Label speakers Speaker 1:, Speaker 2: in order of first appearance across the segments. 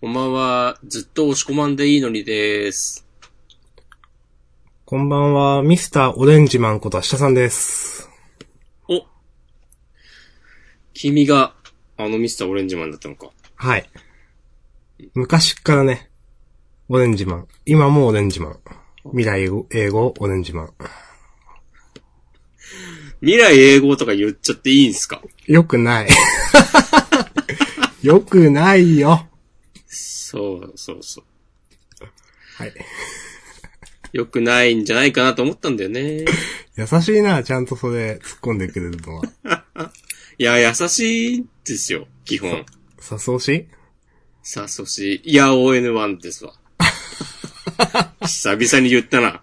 Speaker 1: こんばんは。ずっと押し込まんでいいのにです。
Speaker 2: こんばんは、ミスターオレンジマンこと明日さんです。
Speaker 1: お君が、あのミスターオレンジマンだったのか。
Speaker 2: はい。昔っからね、オレンジマン。今もオレンジマン。未来英語オレンジマン。
Speaker 1: 未来英語とか言っちゃっていいんすか
Speaker 2: よくない。 よくないよ。
Speaker 1: そうそうそう。
Speaker 2: はい。
Speaker 1: よくないんじゃないかなと思ったんだよね。
Speaker 2: 優しいな、ちゃんとそれ突っ込んでくれるのは。
Speaker 1: いや、優しいですよ、基本。
Speaker 2: さそうし
Speaker 1: さあ、そし、いや、ON1 です わ。久々に言ったな。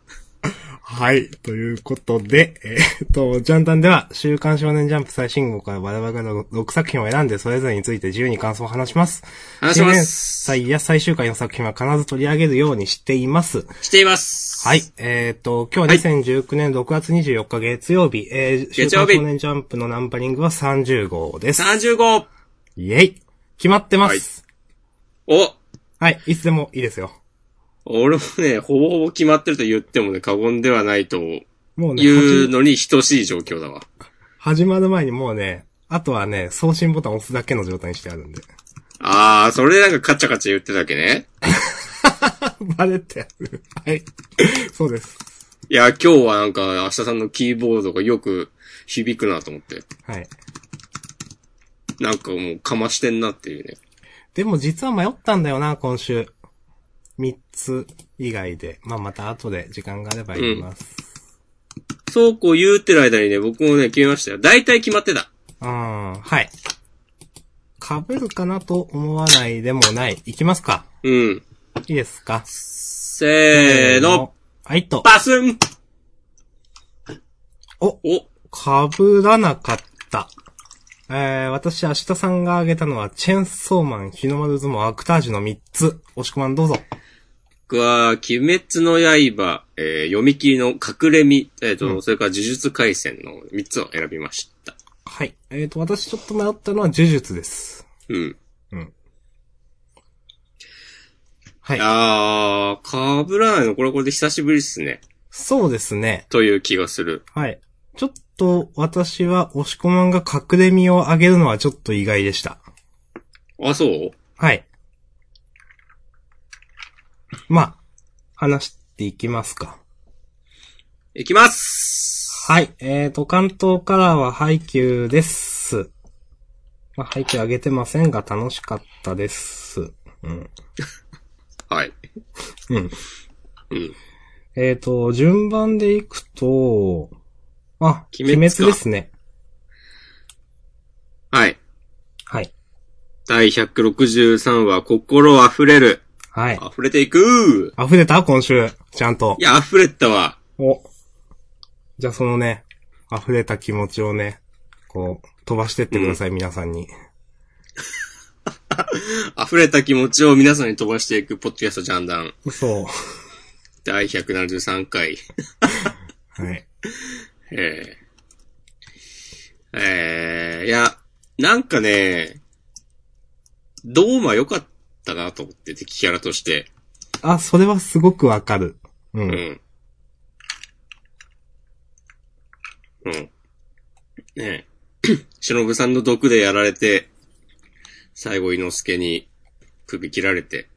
Speaker 2: はい。ということで、えーっと、ジャンダンでは、週刊少年ジャンプ最新号から我々が6作品を選んで、それぞれについて自由に感想を話します。
Speaker 1: 話しま
Speaker 2: 新連
Speaker 1: す。
Speaker 2: 載や最終回の作品は必ず取り上げるようにしています。
Speaker 1: しています。
Speaker 2: はい。。えっ、と、今日は2019年6月24日月曜日、えー、週
Speaker 1: 月曜
Speaker 2: 刊
Speaker 1: 日
Speaker 2: 少年ジャンプのナンバリングは30号です。
Speaker 1: 35!
Speaker 2: イェイ決まってます、
Speaker 1: お
Speaker 2: はい。い。つでもいいですよ。
Speaker 1: 俺もね、ほぼほぼ決まってると言ってもね、過言ではないと
Speaker 2: もうね、
Speaker 1: いう
Speaker 2: 始
Speaker 1: のに等しい状況だわ。
Speaker 2: 始まる前にもうね、あとはね、送信ボタン押すだけの状態にしてあるんで。
Speaker 1: あー、それでなんかカチャカチャ言ってたわけね。
Speaker 2: バレてやる。はい。そうです。
Speaker 1: いや、今日はなんか、明日さんのキーボードがよく響くなと思って。
Speaker 2: はい。
Speaker 1: なんかもうかましてんなっていうね。
Speaker 2: でも実は迷ったんだよな、今週。3つ以外で。まあ、また後で時間があれば言います。
Speaker 1: そうこう言うてる間にね、僕もね、決めましたよ。大体決まってた。
Speaker 2: うん、はい。被るかなと思わないでもない。いきますか
Speaker 1: うん。
Speaker 2: いいですか
Speaker 1: せーの、。
Speaker 2: はいと。
Speaker 1: パスン
Speaker 2: お、
Speaker 1: お、
Speaker 2: 被らなかった。えー、私、明日さんが挙げたのは、チェンソーマン、日の丸相撲、アクタージュの3つ。押し込まんどうぞ。
Speaker 1: 僕は、鬼滅の刃、えー読み切りの隠れみ、えっ、と、それから呪術回戦の3つを選びました。
Speaker 2: はい。えーと、私ちょっと迷ったのは、呪術です。
Speaker 1: うん。
Speaker 2: うん。はい。
Speaker 1: あー、被らないの、これはこれで久しぶりですね。
Speaker 2: そうですね。
Speaker 1: という気がする。
Speaker 2: はい。ちょっと、私は、押し込まんが隠れ身を挙げるのはちょっと意外でした。
Speaker 1: あ、そう
Speaker 2: はい。まあ、話していきますか。
Speaker 1: いきます
Speaker 2: はい。えーと、関東からはハイキューです。まあ、ハイキューあげてませんが、楽しかったです。うん。
Speaker 1: はい。
Speaker 2: うん。
Speaker 1: うん。
Speaker 2: えーと、順番でいくと、あ、
Speaker 1: 鬼
Speaker 2: 鬼
Speaker 1: 滅
Speaker 2: 滅
Speaker 1: か
Speaker 2: ですね。
Speaker 1: はい。
Speaker 2: はい。
Speaker 1: 第163話、心溢れる。
Speaker 2: はい。
Speaker 1: 溢れていく
Speaker 2: 溢れた今週。ちゃんと
Speaker 1: い。や、溢れたわ。
Speaker 2: お。じゃあそのね、溢れた気持ちをね、こう、飛ばしてってください、皆さんに。
Speaker 1: 溢れた気持ちを皆さんに飛ばしていく、ポッドキャストジャンダン。
Speaker 2: そう。
Speaker 1: 第173回。
Speaker 2: はい。
Speaker 1: ええええいや、なんかね、ドーマ良かったなと思って、敵キャラとして。
Speaker 2: あ、それはすごくわかる。う。
Speaker 1: うんん。うん。ねえ。 忍さんの毒でやられて、最後、伊之助に首切られて、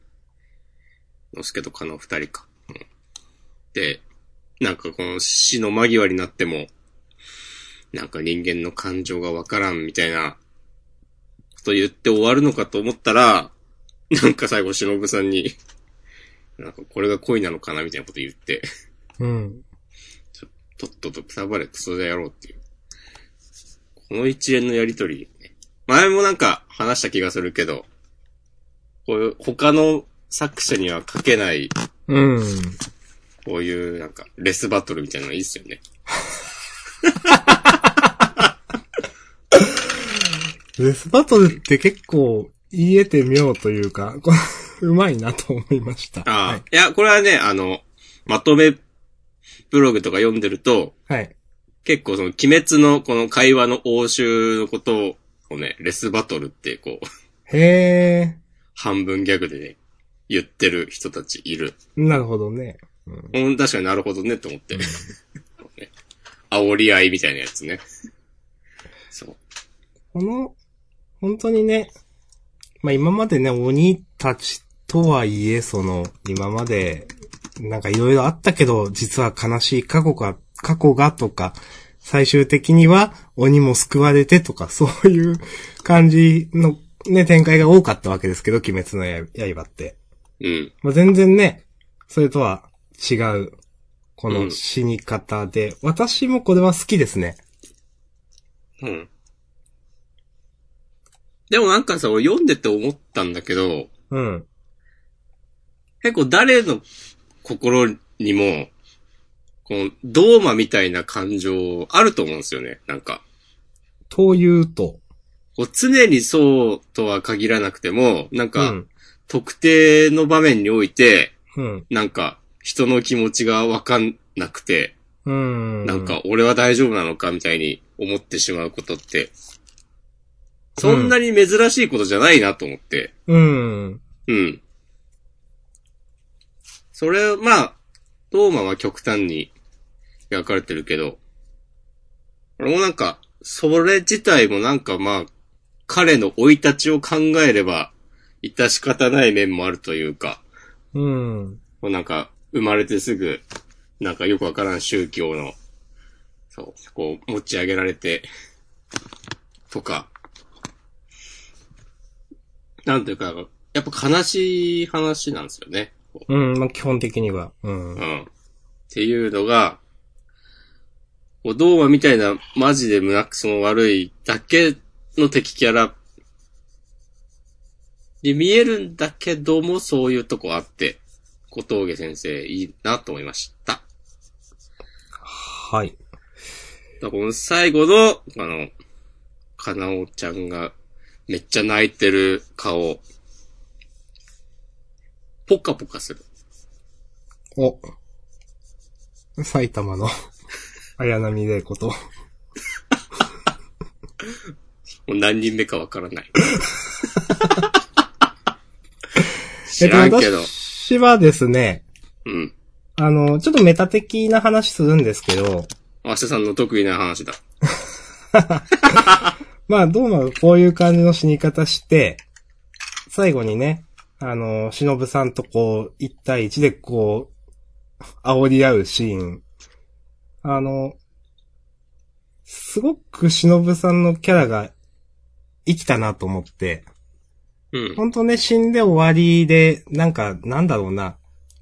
Speaker 1: 伊之助とかの二人か。うんで、なんかこの死の間際になっても、なんか人間の感情がわからんみたいな、こと言って終わるのかと思ったら、なんか最後、忍さんに、なんかこれが恋なのかなみたいなこと言って、
Speaker 2: うん。
Speaker 1: とっととくたばれクソでやろうっていう。この一連のやりとり、前もなんか話した気がするけど、こういう他の作者には書けない、
Speaker 2: うん。
Speaker 1: こういうなんかレスバトルみたいなのいいっすよね。
Speaker 2: レスバトルって結構言えて妙というか、こう うまいなと思いました。
Speaker 1: ああ、い、や、これはね、あの、まとめブログとか読んでると、
Speaker 2: はい。はい。
Speaker 1: 結構その鬼滅のこの会話の応酬のことをね、レスバトルってこう、
Speaker 2: へえ。
Speaker 1: 半分ギャグでね、言ってる人たちいる。
Speaker 2: なるほどね。うん。
Speaker 1: うん、確かになるほどねって思って。ね煽り合いみたいなやつね。そう。
Speaker 2: この、本当にね、まあ今までね、鬼たちとはいえ、その、今まで、なんかいろいろあったけど、実は悲しい過去が、過去がとか、最終的には鬼も救われてとか、そういう感じのね、展開が多かったわけですけど、鬼滅の刃って。
Speaker 1: うん。
Speaker 2: まあ、全然ね、それとは違う、こ
Speaker 1: う
Speaker 2: の
Speaker 1: ん
Speaker 2: 死に方で、私もこれは好きですね。
Speaker 1: うん。でもなんかさ、俺読んでて思ったんだけど、
Speaker 2: うん。
Speaker 1: 結構誰の心にも、この、ドーマみたいな感情あると思うんですよね。なんか。
Speaker 2: というと。
Speaker 1: こう常にそうとは限らなくても、なん
Speaker 2: う
Speaker 1: か、
Speaker 2: ん。
Speaker 1: 特定の場面において、
Speaker 2: うん。
Speaker 1: なんか、人の気持ちがわかんなくて、
Speaker 2: うん。
Speaker 1: なんか、俺は大丈夫なのかみたいに思ってしまうことって、そんなに珍しいことじゃないなと思って。
Speaker 2: うん。
Speaker 1: うん。それ、まあ、トーマは極端に描かれてるけど、俺もなんか、それ自体もなんかまあ、彼の生い立ちを考えれば、致し方ない面もあるというか、
Speaker 2: うん。
Speaker 1: もうなんか、生まれてすぐ、なんかよくわからん宗教の、そう、こう、持ち上げられて、とか、なんていうか、やっぱ悲しい話なんですよね。こ
Speaker 2: うん。まあ、基本的には。うん
Speaker 1: うう。ん。っていうのが、こう、ドーマみたいな、マジで胸くその悪いだけの敵キャラ、に見えるんだけども、そういうとこあって、小峠先生、いいなと思いました。
Speaker 2: はい。
Speaker 1: だからこの最後の、あの、かなおちゃんが、めっちゃ泣いてる顔、ポカポカする。
Speaker 2: お。埼玉の、 綾波レイこと。
Speaker 1: もう何人目かわから ない。
Speaker 2: え
Speaker 1: 知
Speaker 2: っと
Speaker 1: らんけど。
Speaker 2: 私はですね、
Speaker 1: うん。
Speaker 2: あの、ちょっとメタ的な話するんですけど、
Speaker 1: 明日さんの得意な話だ。
Speaker 2: まあ、どうも、こういう感じの死に方して、最後にね、あの、忍さんとこう、一対一でこう、煽り合うシーン。あの、すごく忍さんのキャラが生きたなと思って、
Speaker 1: うん。
Speaker 2: 本当ね、死んで終わりで、なんか、なんだろうな。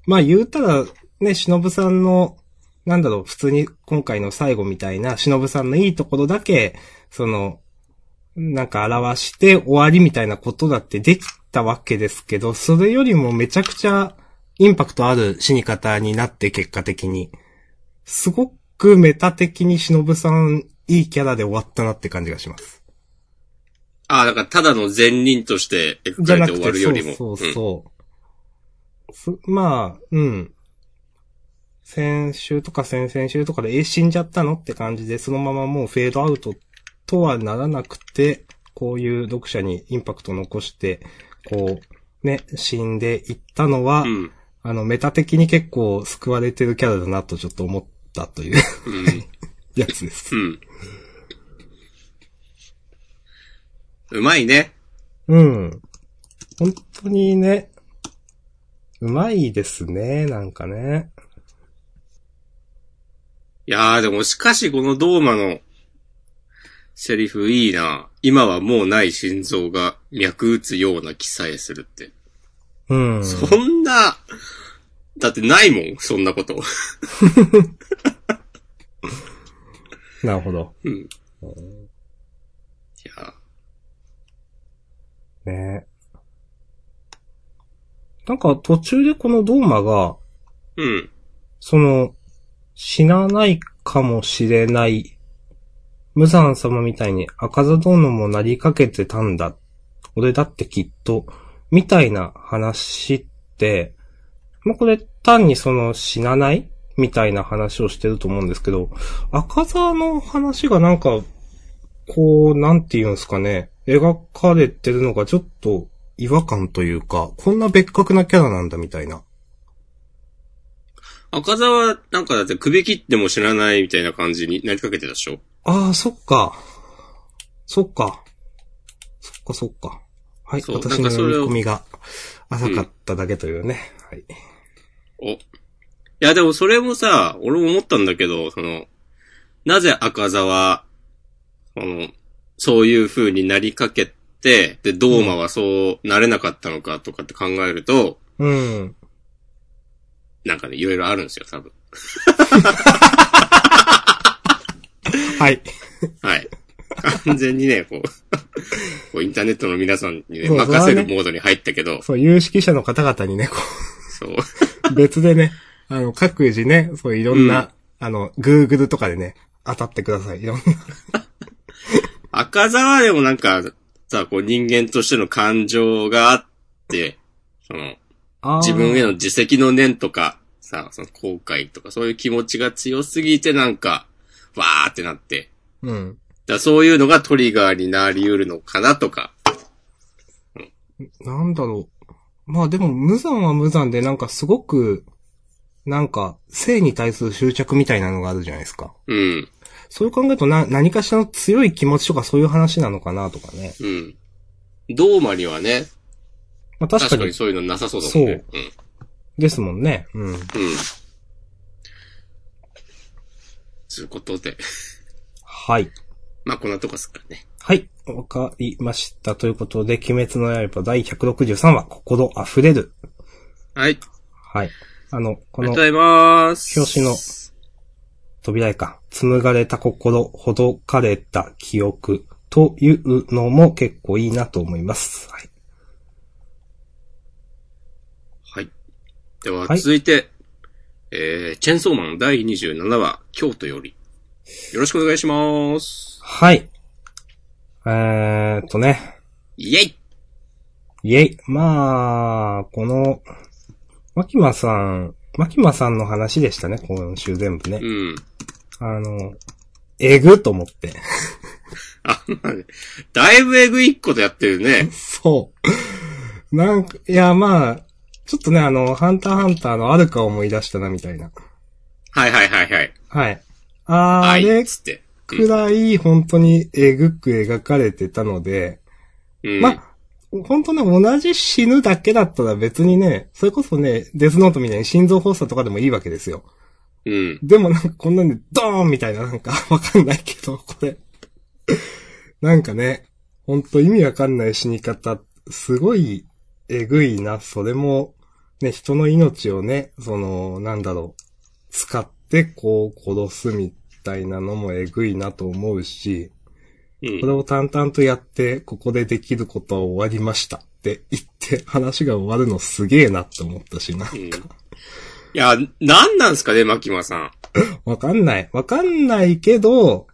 Speaker 2: まあ言うたら、ね、忍さんの、なんだろう、普通に今回の最後みたいな、忍さんのいいところだけ、その、なんか表して終わりみたいなことだってできたわけですけど、それよりもめちゃくちゃインパクトある死に方になって結果的に、すごくメタ的に忍さんいいキャラで終わったなって感じがします。
Speaker 1: ああ、だからただの善人として描
Speaker 2: じゃ
Speaker 1: かれ
Speaker 2: な
Speaker 1: て
Speaker 2: く
Speaker 1: 終
Speaker 2: て
Speaker 1: わ、るよりも。
Speaker 2: そう
Speaker 1: う
Speaker 2: そうんそう。すまあ、うん。先週とか先々週とかで、え、死んじゃったのって感じで、そのままもうフェードアウトとはならなくて、こういう読者にインパクトを残して、こう、ね、死んでいったのは、
Speaker 1: うん。
Speaker 2: あの、メタ的に結構救われてるキャラだなとちょっと思ったという
Speaker 1: うん。
Speaker 2: やつです。
Speaker 1: うん。うまいね。
Speaker 2: うん。本当にね、うまいですね、なんかね。
Speaker 1: いやーでもしかしこのドーマのセリフいいな。今はもうない心臓が脈打つような気さえするって。
Speaker 2: うん。
Speaker 1: そんな、だってないもん、そんなこと。
Speaker 2: なるほど。
Speaker 1: うん。いや
Speaker 2: ねなんか途中でこのドーマが、
Speaker 1: ーうん。
Speaker 2: その、死なないかもしれない、無惨様みたいに赤座殿もなりかけてたんだ。俺だってきっと、みたいな話って、まあ、これ単にその死なないみたいな話をしてると思うんですけど、赤座の話がなんか、こう、なんて言うんですかね、描かれてるのがちょっと違和感というか、こんな別格なキャラなんだみたいな。
Speaker 1: 赤沢、なんかだって首切っても知らないみたいな感じになりかけてたでしょ
Speaker 2: ああ、そっか。そっか。そっかそっか。はい、
Speaker 1: そう
Speaker 2: 私
Speaker 1: な
Speaker 2: の
Speaker 1: んかそれを
Speaker 2: 読み込みが浅かっただけというね。はい。
Speaker 1: お。いや、でもそれもさ、俺も思ったんだけど、その、なぜ赤沢、その、そういう風になりかけて、で、ドーマはそうなれなかったのかとかって考えると、
Speaker 2: うん。
Speaker 1: なんかね、いろいろあるんですよ、多分。
Speaker 2: はい。
Speaker 1: はい。完全にね、こう、こうインターネットの皆さんにね、
Speaker 2: そう
Speaker 1: 任せ
Speaker 2: それ
Speaker 1: る
Speaker 2: はね
Speaker 1: モードに入ったけど、
Speaker 2: そう、有識者の方々にね、こ
Speaker 1: そう。
Speaker 2: う、 別でね、あの、各自ね、そういろんな、あの、Google とかでね、当たってください。いろんな。
Speaker 1: 赤沢でもなんか、さ、こう人間としての感情があって、その、 自分への自責の念とか、さ、その後悔とか、そういう気持ちが強すぎてなんか、わーってなって。
Speaker 2: うん。
Speaker 1: だからそういうのがトリガーになり得るのかなとか。
Speaker 2: なんだろう。まあでも、無残は無残で、なんかすごく、なんか、性に対する執着みたいなのがあるじゃないですか。
Speaker 1: うん、
Speaker 2: そう考えるとな、何かしらの強い気持ちとかそういう話なのかなとかね。
Speaker 1: うん。ドーマにはね、
Speaker 2: まあ確
Speaker 1: 確
Speaker 2: か
Speaker 1: か
Speaker 2: に
Speaker 1: に、そういうのなさそうだもんね。う
Speaker 2: ですもんね。うん。
Speaker 1: ん。うん。つうことで。
Speaker 2: はい。
Speaker 1: まあ、こんなとこですからね。
Speaker 2: はい。わかりました。ということで、鬼滅の刃第163話、心溢れる。
Speaker 1: はい。
Speaker 2: はい。あの、こ
Speaker 1: ありがとうござ
Speaker 2: の
Speaker 1: います。
Speaker 2: 表紙の扉絵か、紡がれた心、ほどかれた記憶というのも結構いいなと思います。はい。
Speaker 1: はい。では、
Speaker 2: はい
Speaker 1: 続いて、えー、チェンソーマン第27話、京都より。よろしくお願いします。
Speaker 2: はい。えーっとね。
Speaker 1: イェイ
Speaker 2: イェイ。まあ、この、マキマさん、マキマさんの話でしたね、今週全部ね。
Speaker 1: うん。
Speaker 2: あの、えぐと思って。
Speaker 1: あ、まあねだいぶえぐいことやってるね。
Speaker 2: そう。なんか、いや、まあ、ちょっとね、あの、ハンターハンターのアルカを思い出したな、みたいな。
Speaker 1: はいはいはいはい。
Speaker 2: はい。あ
Speaker 1: はい、
Speaker 2: れ
Speaker 1: つって。
Speaker 2: くらい、本当にえぐく描かれてたので、
Speaker 1: うん。
Speaker 2: まあ、本当ね、同じ死ぬだけだったら別にね、それこそね、デスノートみたいに心臓発作とかでもいいわけですよ。
Speaker 1: うん。
Speaker 2: でもなんかこんなんでドーンみたいななんか わかんないけど、これ。なんかね、ほんと意味わかんない死に方、すごいえぐいな。それも、ね、人の命をね、その、なんだろう、使ってこう殺すみたいなのもえぐいなと思うし、
Speaker 1: うん
Speaker 2: これを淡々とやって、ここでできることは終わりましたって言って話が終わるのすげえなって思ったしな。
Speaker 1: うん。いや、なんなんすかね、牧間さん。
Speaker 2: わかんない。わかんないけど、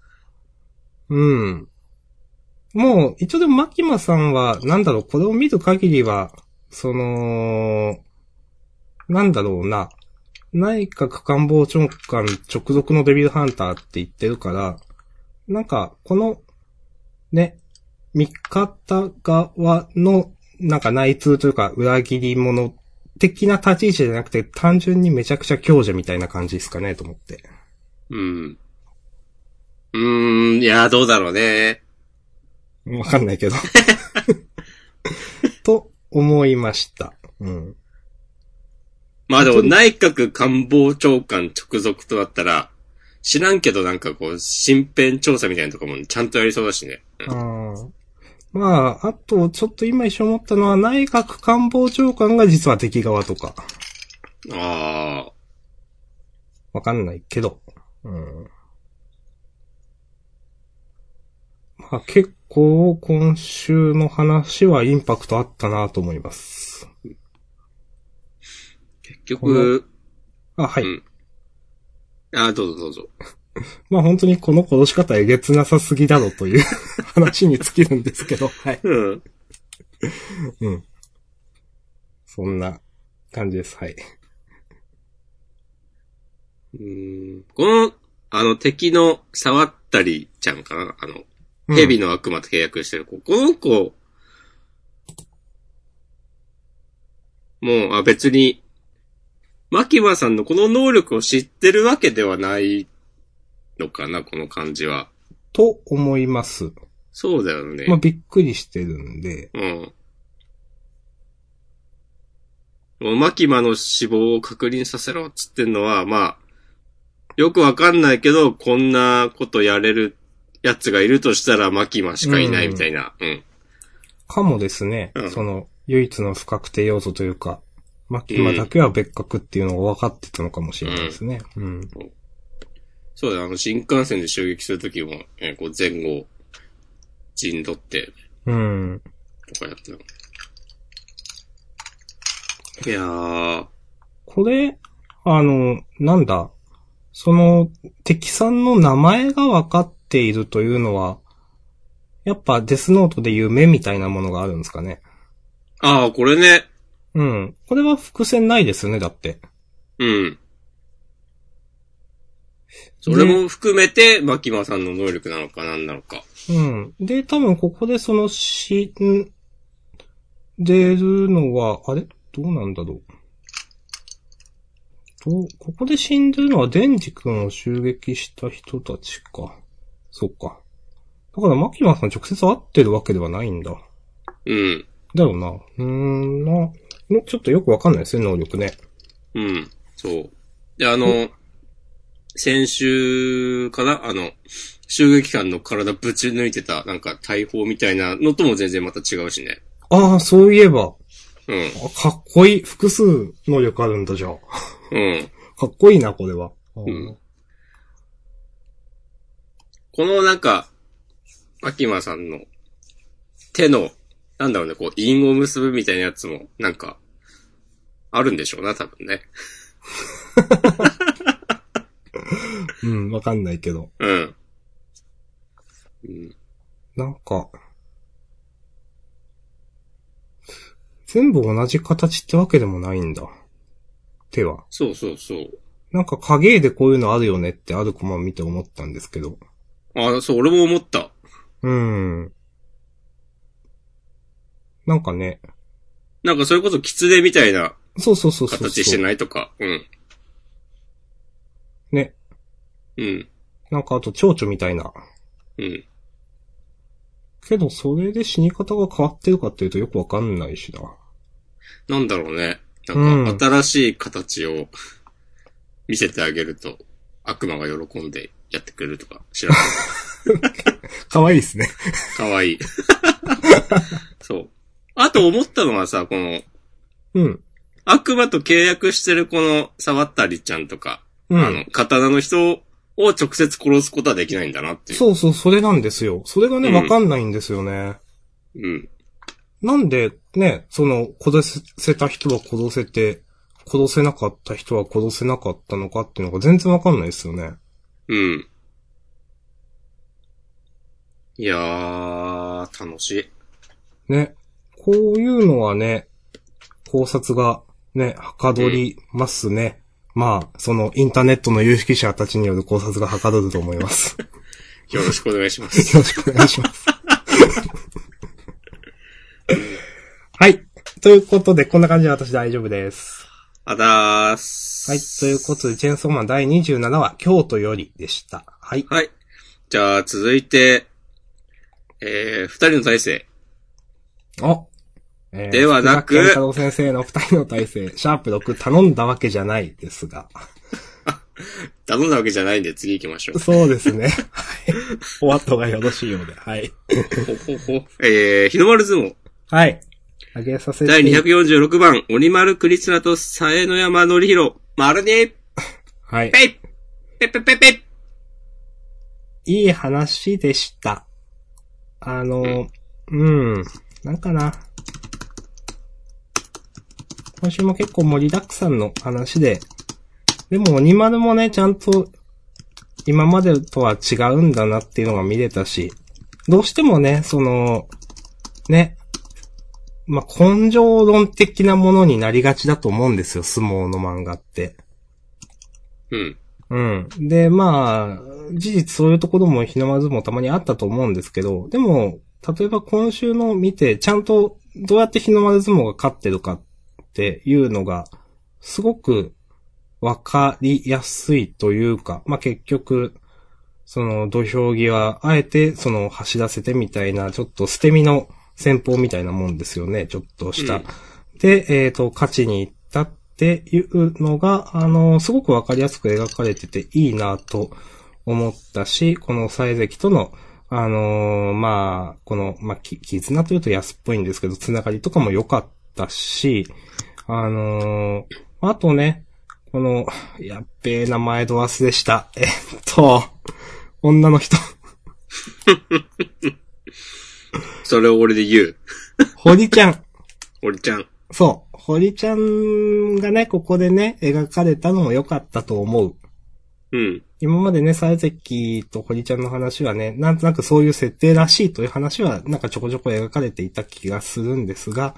Speaker 2: うん。もう、一応でも、マキマさんは、なんだろう、これを見る限りは、その、なんだろうな、内閣官房長官直属のデビルハンターって言ってるから、なんか、この、ね、味方側の、なんか内通というか、裏切り者的な立ち位置じゃなくて、単純にめちゃくちゃ強者みたいな感じですかね、と思って。
Speaker 1: うん。うーん、いや、どうだろうね。
Speaker 2: わかんないけど。 と思いました。うん。
Speaker 1: まあでも内閣官房長官直属とだったら、知らんけどなんかこう、身辺調査みたいなとこもちゃんとやりそうだしね。うん
Speaker 2: あーまあ、あと、ちょっと今一瞬思ったのは、内閣官房長官が実は敵側とか。
Speaker 1: ああ、
Speaker 2: わかんないけど。うん。まあ結構今週の話はインパクトあったなと思います。
Speaker 1: 結
Speaker 2: こ
Speaker 1: 局、
Speaker 2: あ、はい。
Speaker 1: うんああ、どうぞどうぞ。
Speaker 2: まあ本当にこの殺し方えげつなさすぎだろという 話に尽きるんですけど、はい。
Speaker 1: うん。
Speaker 2: うん。そんな感じです。はい。
Speaker 1: うんこの、あの敵の触ったりちゃんかなあの、蛇の悪魔と契約してる子。この子、もう、あ、別に、牧場さんのこの能力を知ってるわけではないのかな、この感じは。
Speaker 2: と思います。
Speaker 1: そうだよね。
Speaker 2: まあ、びっくりしてるんで、
Speaker 1: うん。もう、マキマの死亡を確認させろっつってんのは、まあ、よくわかんないけど、こんなことやれるやつがいるとしたら、マキマしかいないみたいな。うん。
Speaker 2: かもですね、
Speaker 1: うん
Speaker 2: その、唯一の不確定要素というか、マキマだけは別格っていうのが分かってたのかもしれないですね。うん。
Speaker 1: そうだ、あの、新幹線で襲撃するときも、えーこう、前後、陣取って、
Speaker 2: うん。
Speaker 1: とかやってたの。いやー、
Speaker 2: これ、あの、なんだ、その、敵さんの名前が分かっているというのは、やっぱデスノートでいう目みたいなものがあるんですかね。
Speaker 1: あー、これね、
Speaker 2: うん。これは伏線ないですよね、だって。
Speaker 1: うん。それも含めて、マキマさんの能力なのか何なのか。
Speaker 2: うん。で、多分ここでその死んでるのは、あれどうなんだろう。と、ここで死んでるのはデンジ君を襲撃した人たちか。そっか。だからマキマさん直接会ってるわけではないんだ。
Speaker 1: うん。
Speaker 2: だろうな。うーんな。もうちょっとよくわかんないですね、能力ね。
Speaker 1: うん。そう。で、あの、先週かなあの、襲撃官の体ぶち抜いてた、なんか大砲みたいなのとも全然また違うしね。
Speaker 2: ああ、そういえば。
Speaker 1: うん。
Speaker 2: あかっこいい。複数能力あるんだ、じゃあ。
Speaker 1: うん。
Speaker 2: かっこいいな、これは。
Speaker 1: んこのなんか、マキマさんの手の、なんだろうね、こう、韻を結ぶみたいなやつも、なんか、あるんでしょうな、多分ね。
Speaker 2: うん、わかんないけど。
Speaker 1: うん。うん。
Speaker 2: なんか、全部同じ形ってわけでもないんだ。手は。
Speaker 1: そうそうそう。
Speaker 2: なんか影絵でこういうのあるよねってあるコマ見て思ったんですけど。
Speaker 1: あ、そう、俺も思った。
Speaker 2: うん。なんかね。
Speaker 1: なんかそれこそ狐みたいな
Speaker 2: そうそうそうそうそう。
Speaker 1: 形してないとか。うん。
Speaker 2: ね。
Speaker 1: うん。
Speaker 2: なんかあと蝶々みたいな。
Speaker 1: うん。
Speaker 2: けどそれで死に方が変わってるかっていうとよくわかんないしな。
Speaker 1: なんだろうね。
Speaker 2: う
Speaker 1: なん
Speaker 2: ん
Speaker 1: か、新しい形を見せてあげると、悪魔が喜んでやってくれるとか、知らない。
Speaker 2: 可愛いですね。
Speaker 1: かわいい。 そう。あと思ったのはさ、この、
Speaker 2: うん。
Speaker 1: 悪魔と契約してるこの、触ったりちゃんとか、
Speaker 2: う
Speaker 1: あの
Speaker 2: ん。、
Speaker 1: 刀の人を直接殺すことはできないんだなっていう。
Speaker 2: そうそう、それなんですよ。それがね、
Speaker 1: うん
Speaker 2: わかんないんですよね。
Speaker 1: うん。
Speaker 2: なんで、ね、その、殺せた人は殺せて、殺せなかった人は殺せなかったのかっていうのが全然わかんないですよね。
Speaker 1: うん。いやー、楽しい。
Speaker 2: ね。こういうのはね、考察が、ね、はかどりますね。まあ、その、インターネットの有識者たちによる考察がはかどると思います。よ
Speaker 1: よろしくお願いし ます。
Speaker 2: ろしくお願いします。はい。ということで、こんな感じで私大丈夫です。
Speaker 1: あだーす。
Speaker 2: はい。ということで、チェーンソーマン第27話、京都よりでした。はい。
Speaker 1: はい。じゃあ、続いて、えー、二人の体制。
Speaker 2: お、えー
Speaker 1: ではなく
Speaker 2: 福田健太郎先生の二人の体制、シャープ6頼んだわけじゃないですが。
Speaker 1: 頼んだわけじゃないんで、次行きましょう。
Speaker 2: そうですね。はい。 お後がよろしいようで。はい。
Speaker 1: ほほほ。えー、日の丸相撲。
Speaker 2: はい。あげさせて。
Speaker 1: 第246番、鬼丸クリスナと佐江の山のりひろ。丸に、
Speaker 2: はい。
Speaker 1: ペイペペペペイ
Speaker 2: いい話でした。あの、うん。なんかな。今週も結構盛りだくさんの話で。でも、鬼丸もね、ちゃんと、今までとは違うんだなっていうのが見れたし、どうしてもね、その、ね、まあ、根性論的なものになりがちだと思うんですよ、相撲の漫画って。
Speaker 1: うん。
Speaker 2: うん。で、まあ、事実そういうところも日の丸相撲たまにあったと思うんですけど、でも、例えば今週の見て、ちゃんとどうやって日の丸相撲が勝ってるかっていうのが、すごくわかりやすいというか、まあ、結局、その土俵際、あえてその走らせてみたいな、ちょっと捨て身の戦法みたいなもんですよね、ちょっとした。
Speaker 1: うん
Speaker 2: で、えっ、と、勝ちに行ったっていうのが、あの、すごくわかりやすく描かれてていいなと思ったし、この西関との、あのーまあ、この、まあ、き絆というと安っぽいんですけど、つながりとかも良かったし、あのーあとね、この、やっべえ名前ドアスでした。えっと、女の人、
Speaker 1: それを俺で言う。
Speaker 2: 堀ちゃん。
Speaker 1: 俺ちゃん。
Speaker 2: そう。堀ちゃんがね、ここでね、描かれたのも良かったと思う。
Speaker 1: うん。
Speaker 2: 今までね、サイゼキと堀ちゃんの話はね、なんとなくそういう設定らしいという話は、なんかちょこちょこ描かれていた気がするんですが、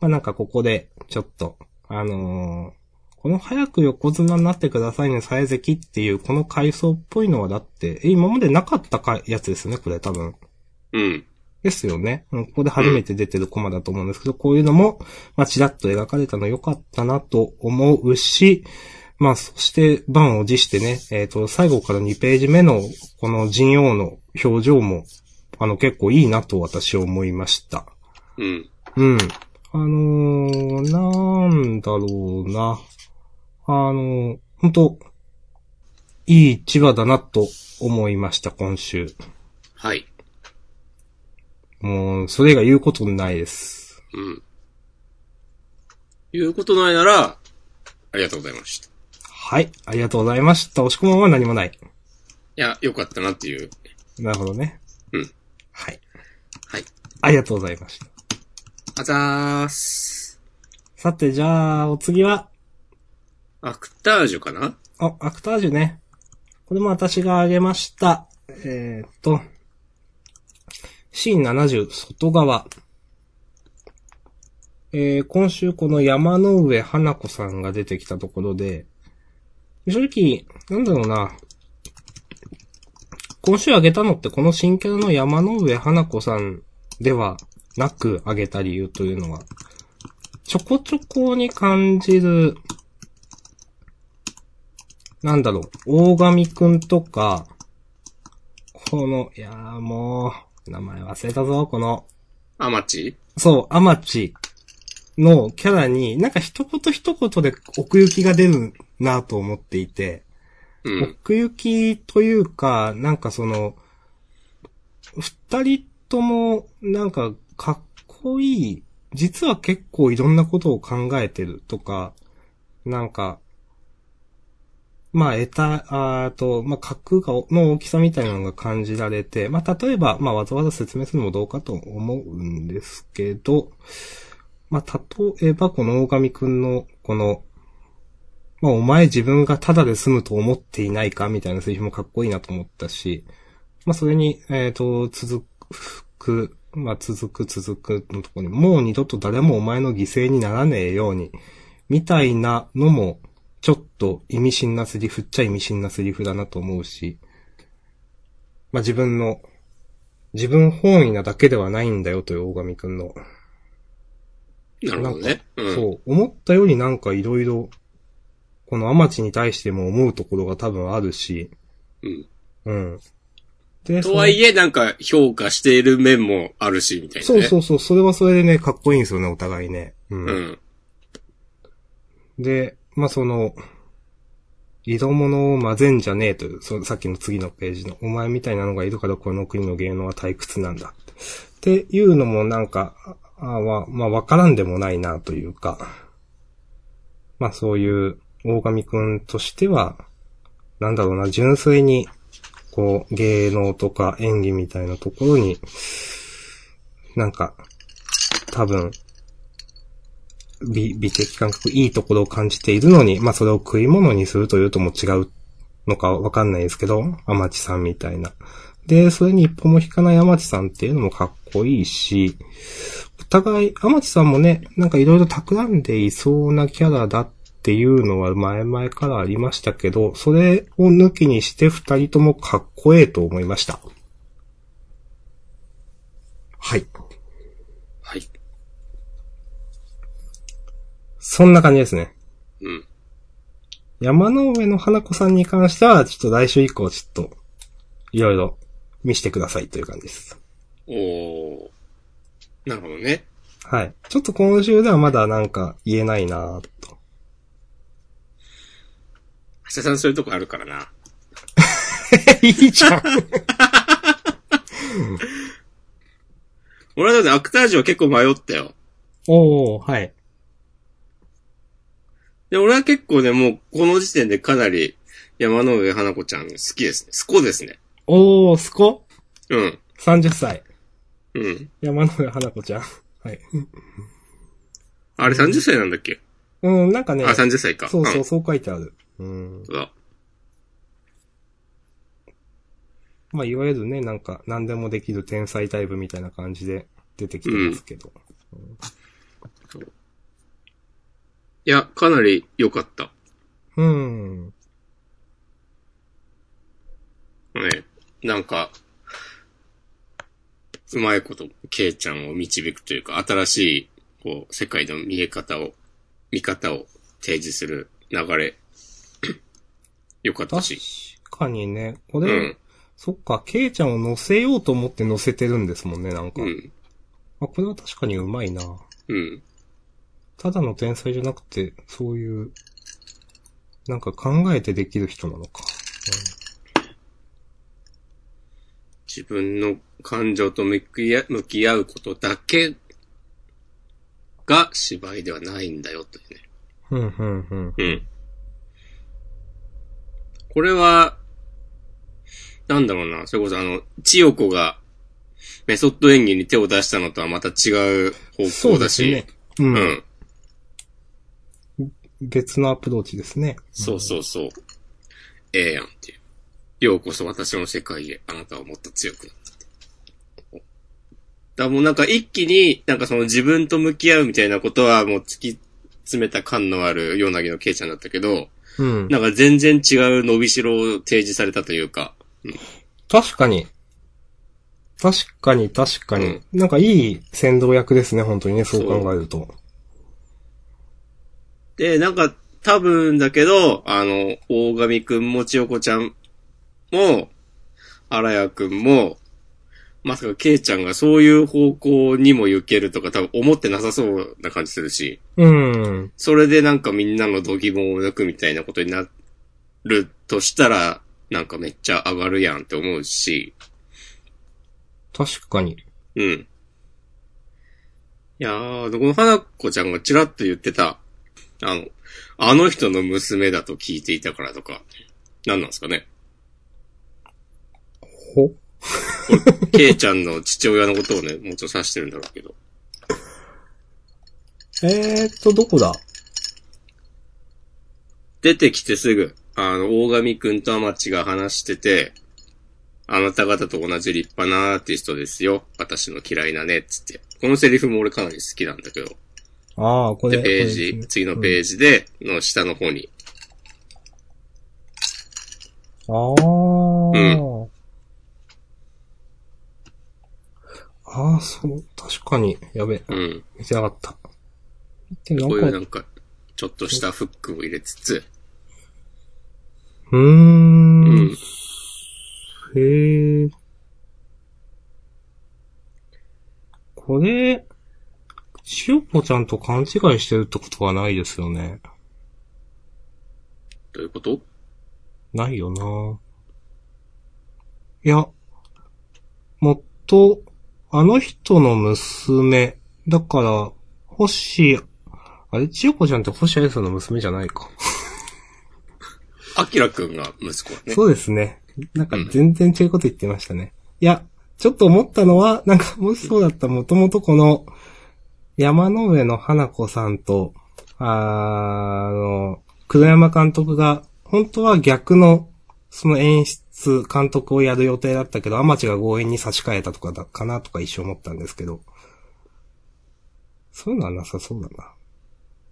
Speaker 2: まあなんかここで、ちょっと、あのーこの早く横綱になってくださいね、サイゼキっていう、この階層っぽいのはだって、え今までなかったかやつですね、これ多分。
Speaker 1: うん。
Speaker 2: ですよね。うんここで初めて出てるコマだと思うんですけど、こういうのも、まあ、ちらっと描かれたの良かったなと思うし、まあ、そして、番を持してね、えっ、と、最後から2ページ目の、この陣王の表情も、あの、結構いいなと私は思いました。
Speaker 1: うん。
Speaker 2: うん。あのー、なんだろうな。あのー、本当いい千葉だなと思いました、今週。
Speaker 1: はい。
Speaker 2: もう、それ以外言うことないです。
Speaker 1: うん。言うことないなら、ありがとうございました。い
Speaker 2: はい。ありがとうございました。押し込まんは何もない。
Speaker 1: や、よかったなっていう。
Speaker 2: なるほどね。
Speaker 1: うん。
Speaker 2: はい。
Speaker 1: はい。
Speaker 2: ありがとうございました。
Speaker 1: あざーす。
Speaker 2: さて、じゃあ、お次は、
Speaker 1: アクタージュかな
Speaker 2: あ、アクタージュね。これも私が挙げました。えー、っと、シーン70、外側。えー、今週この山の上花子さんが出てきたところで、正直、なんだろうな。今週挙げたのってこの新キャラの山の上花子さんではなく挙げた理由というのは、ちょこちょこに感じるなんだろう、大神くんとか、この、いやーもう、名前忘れたぞ、この、
Speaker 1: アマチ
Speaker 2: そう、アマチのキャラに、なんか一言一言で奥行きが出るなと思っていて、
Speaker 1: うん。
Speaker 2: 奥行きというか、なんかその、二人とも、なんか、かっこいい。実は結構いろんなことを考えてるとか、なんか、まあ、得た、あーと、まあ、格が、の大きさみたいなのが感じられて、まあ、例えば、まあ、わざわざ説明するのもどうかと思うんですけど、まあ、例えば、この大神くんの、この、まあ、お前自分がタダで済むと思っていないかみたいなセリフもかっこいいなと思ったし、まあ、それに、えっ、と、続く、まあ、続く続くのところに、もう二度と誰もお前の犠牲にならねえように、みたいなのも、ちょっと意味深なセリフっちゃ意味深なセリフだなと思うし、まあ、自分の、自分本位なだけではないんだよという大神くんの
Speaker 1: なるほどね。うん。
Speaker 2: そう、思ったよりなんかいろいろ、このアマチに対しても思うところが多分あるし、
Speaker 1: うん。
Speaker 2: うん。で
Speaker 1: とはい
Speaker 2: え、
Speaker 1: え、なんか、評価している面もあるし、みたいな
Speaker 2: そう
Speaker 1: ね。
Speaker 2: そうそう、それはそれでね、かっこいいんですよね、お互いね。うん。
Speaker 1: うん。
Speaker 2: で、まあ、その、色物を混ぜんじゃねえという、そのさっきの次のページの、お前みたいなのがいるからこの国の芸能は退屈なんだ。っていうのもなんか、ああまあ、まあ、わからんでもないなというか、まあそういう、大神くんとしては、なんだろうな、純粋に、こう、芸能とか演技みたいなところに、なんか、多分、美、美的感覚、いいところを感じているのに、まあそれを食い物にするというとも違うのかわかんないですけど、天地さんみたいな。で、それに一歩も引かない天地さんっていうのもかっこいいし、お互い、天地さんもね、なんかいろいろ企んでいそうなキャラだっていうのは前々からありましたけど、それを抜きにして二人ともかっこええと思いました。はい。
Speaker 1: はい。
Speaker 2: そんな感じですね。
Speaker 1: うん。
Speaker 2: 山の上の花子さんに関しては、ちょっと来週以降、ちょっと、いろいろ見してくださいという感じです。
Speaker 1: おー。なるほどね。
Speaker 2: はい。ちょっと今週ではまだなんか言えないなぁと。
Speaker 1: 橋田さんそういうとこあるからな。
Speaker 2: いいじゃん
Speaker 1: 俺はだってアクタージュは結構迷ったよ。
Speaker 2: おー、はい。
Speaker 1: で、俺は結構ね、もうこの時点でかなり山の上花子ちゃん好きですね。スコですね。
Speaker 2: おー、スコ
Speaker 1: うん。
Speaker 2: ?30 歳。
Speaker 1: うん。
Speaker 2: 山の上花子ちゃん。はい。
Speaker 1: あれ30歳なんだっけ、
Speaker 2: うん、なんかね
Speaker 1: あ、、30歳か。
Speaker 2: そうそう、
Speaker 1: ん
Speaker 2: そう書いてある。うん。
Speaker 1: そうだ。
Speaker 2: まあ、いわゆるね、なんか、何でもできる天才タイプみたいな感じで出てきてますけど。
Speaker 1: いや、かなり良かった。
Speaker 2: うん。
Speaker 1: ね。なんか、うまいこと、ケイちゃんを導くというか、新しい、こう、世界の見え方を、見方を提示する流れ。 よかった
Speaker 2: 確
Speaker 1: し。
Speaker 2: かにね、こ
Speaker 1: う
Speaker 2: れ、
Speaker 1: ん。
Speaker 2: そっか、ケイちゃんを乗せようと思って乗せてるんですもんね、なんか。
Speaker 1: うん。
Speaker 2: あ、これは確かにうまいな。
Speaker 1: うん。
Speaker 2: ただの天才じゃなくて、そういう、なんか考えてできる人なのか。
Speaker 1: 自分の感情と向き合向き合うことだけが芝居ではないんだよ、というね。
Speaker 2: うん、うん、うん。
Speaker 1: うん。これは、なんだろうな、それこそあの、千代子がメソッド演技に手を出したのとはまた違う方
Speaker 2: そ
Speaker 1: 向
Speaker 2: う
Speaker 1: だ
Speaker 2: です
Speaker 1: し、
Speaker 2: ね。う。
Speaker 1: うんん。
Speaker 2: 別のアプローチですね。
Speaker 1: そうそうそう。ええやんっていう。ようこそ私の世界へ、あなたをもっと強くなったって。だからもうなんか一気に、なんかその自分と向き合うみたいなことはもう突き詰めた感のある柳のけいちゃんだったけど、
Speaker 2: うん。
Speaker 1: なんか全然違う伸びしろを提示されたというか、
Speaker 2: 確かに。確かに、確かに。なんかいい先導役ですね、本当にね、そう考えると。
Speaker 1: で、なんか、多分だけど、あの、大神くんも千代子ちゃんも、荒谷くんも、まさかケイちゃんがそういう方向にも行けるとか多分思ってなさそうな感じするし、
Speaker 2: うん。
Speaker 1: それでなんかみんなの度肝を抜くみたいなことになるとしたら、なんかめっちゃ上がるやんって思うし、
Speaker 2: 確かに。
Speaker 1: うん。いやー、この花子ちゃんがちらっと言ってた、あの、あの人の娘だと聞いていたからとか、何なんですか ね。
Speaker 2: ほ
Speaker 1: ケイちゃんの父親のことをね、もうちょっと指してるんだろうけど。
Speaker 2: えーっと、どこだ
Speaker 1: 出てきてすぐ、あの、大神くんとアマチが話してて、あなた方と同じ立派なアーティストですよ。私の嫌いなね、つって。このセリフも俺かなり好きなんだけど。
Speaker 2: ああ、こ
Speaker 1: で、
Speaker 2: れ。
Speaker 1: ページ、次のページで、の下の方に、
Speaker 2: これですね。ああ。ああ、そう、確かに。やべ、
Speaker 1: うん。
Speaker 2: 見てなかった。見てな
Speaker 1: こういう
Speaker 2: か
Speaker 1: な
Speaker 2: っ
Speaker 1: んか、ちょっとしたフックを入れつつ、
Speaker 2: た。うー
Speaker 1: うんん。。
Speaker 2: へえ。これ、しおぽちゃんと勘違いしてるってことはないですよね。
Speaker 1: どういうこと
Speaker 2: ないよな。いや、もっと、あの人の娘。だから、星、あれ、千代子ちゃんって星愛さんの娘じゃないか。
Speaker 1: アキラくんが息子ね。
Speaker 2: そうですね。なんか全然違うこと言ってましたね。いや、ちょっと思ったのは、なんかもしそうだったらもともとこの、山の上の花子さんと、あーあの、黒山監督が、本当は逆の、その演出、監督をやる予定だったけど、アマチが強引に差し替えたとかだかなとか一生思ったんですけど。そういうのはなさそうだな。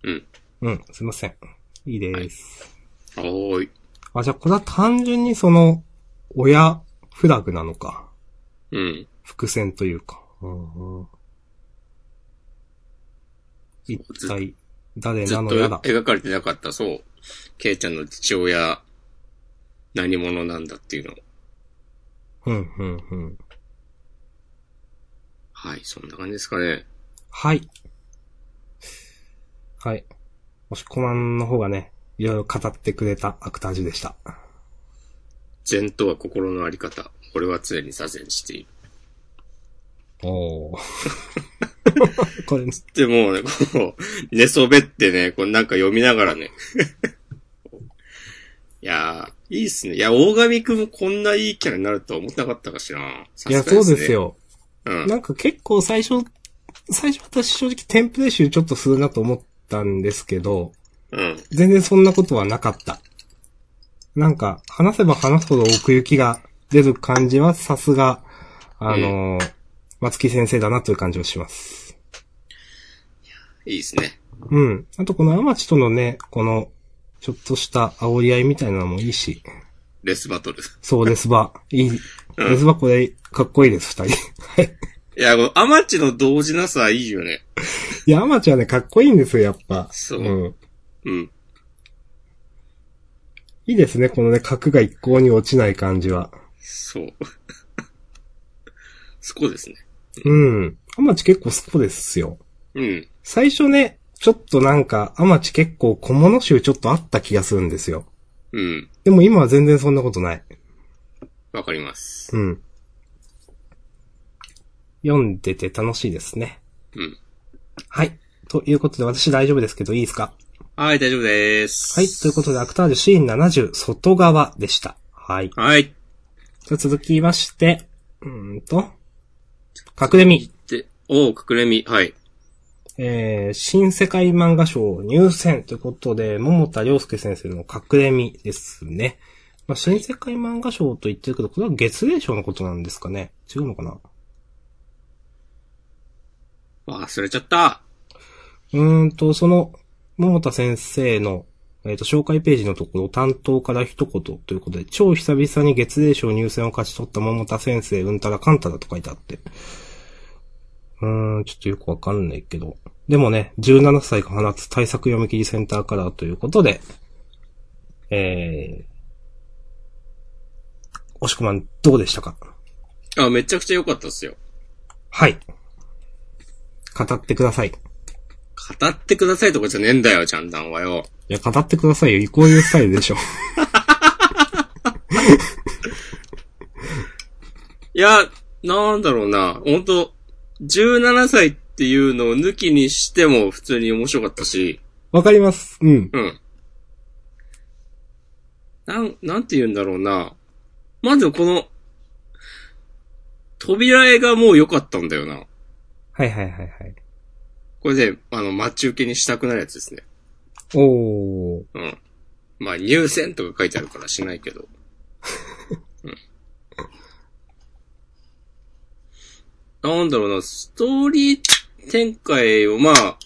Speaker 1: うん。
Speaker 2: うん、すいません。いいです。
Speaker 1: はーい。
Speaker 2: あ、じゃあこれは単純にその、親フラグなのか。
Speaker 1: うん。
Speaker 2: 伏線というか。うんうん、一体、誰
Speaker 1: ずっ
Speaker 2: な
Speaker 1: と
Speaker 2: のやら。
Speaker 1: 描かれてなかった、そう。ケイちゃんの父親、何者なんだっていうの。
Speaker 2: うん、うん、うん。
Speaker 1: はい、そんな感じですかね。
Speaker 2: はい。はい。もしコマンの方がね、いろいろ語ってくれたアクタージュでした。
Speaker 1: 善とは心のあり方。俺は常に左遷している。
Speaker 2: おー。 これ、
Speaker 1: でもうね、こう、 寝そべってね、こうなんか読みながらね。 いやー、いいっすね。いや、大神くんもこんないいキャラになるとは思ってなかったかしら。さ
Speaker 2: いや、
Speaker 1: がね
Speaker 2: そうです。よ。
Speaker 1: うん。
Speaker 2: なんか結構最初、最初私正直テンプレ集ちょっとするなと思ったんですけど、
Speaker 1: うん。
Speaker 2: 全然そんなことはなかった。なんか、話せば話すほど奥行きが出る感じはさすが、あのー松木先生だなという感じをします。
Speaker 1: いいっすね。
Speaker 2: うん。あとこのアマチとのね、この、ちょっとした煽り合いみたいなのもいいし、
Speaker 1: レスバトル。
Speaker 2: そうですば、いい、
Speaker 1: うん
Speaker 2: ですばこれ、かっこいいです、二人。はい。
Speaker 1: いや、このアマチの同時なさ、いいよね。
Speaker 2: いや、アマチはね、かっこいいんですよ、やっぱ。。
Speaker 1: そうんうん。
Speaker 2: いいですね、このね、角が一向に落ちない感じは。
Speaker 1: そう。 そこですね。
Speaker 2: うん。アマチ結構そこですよ。
Speaker 1: うん。
Speaker 2: 最初ね、ちょっとなんか、アマチ結構小物集ちょっとあった気がするんですよ。
Speaker 1: うん。
Speaker 2: でも今は全然そんなことない。
Speaker 1: わかります。
Speaker 2: うん。読んでて楽しいですね。
Speaker 1: うん。
Speaker 2: はい。ということで、私大丈夫ですけど、いいですか
Speaker 1: はい、大丈夫です。
Speaker 2: はい。ということで、アクタージュシーン70、外側でした。はい。じ
Speaker 1: はい。
Speaker 2: ゃあ続きまして、うーんと、隠れみ、
Speaker 1: で、おう、隠れみ。はい。
Speaker 2: えー、新世界漫画賞入選ということで、桃田良介先生の隠れみですね。まあ、新世界漫画賞と言ってるけど、これは月齢賞のことなんですかね違うのかな
Speaker 1: 忘れちゃった。
Speaker 2: うーんと、その、桃田先生の、えっ、と、紹介ページのところ、担当から一言ということで、超久々に月齢賞入選を勝ち取った桃田先生、うんたらかんたらと書いてあって。うーん、ちょっとよくわかんないけど。でもね、17歳が放つ対策読み切りセンターカラーということで、えー、おしくまん、どうでしたか
Speaker 1: あ、めちゃくちゃ良かったっすよ。
Speaker 2: はい。語ってください。い
Speaker 1: 語ってくださいとかじゃねえんだよ、ちゃんだんはよ。
Speaker 2: や、語ってくださいよ。イコールスタイルでしょ。
Speaker 1: いや、なんだろうな。ほんと、17歳っていうのを抜きにしても普通に面白かったし、
Speaker 2: わかります。うん。
Speaker 1: うん。なん、なんて言うんだろうな。まずこの、扉絵がもう良かったんだよな。
Speaker 2: はいはいはいはい。
Speaker 1: これで、あの、待ち受けにしたくなるやつですね。
Speaker 2: おー。
Speaker 1: うん。まあ、入選とか書いてあるからしないけど。うん。なんだろうな、ストーリー展開を、まあ、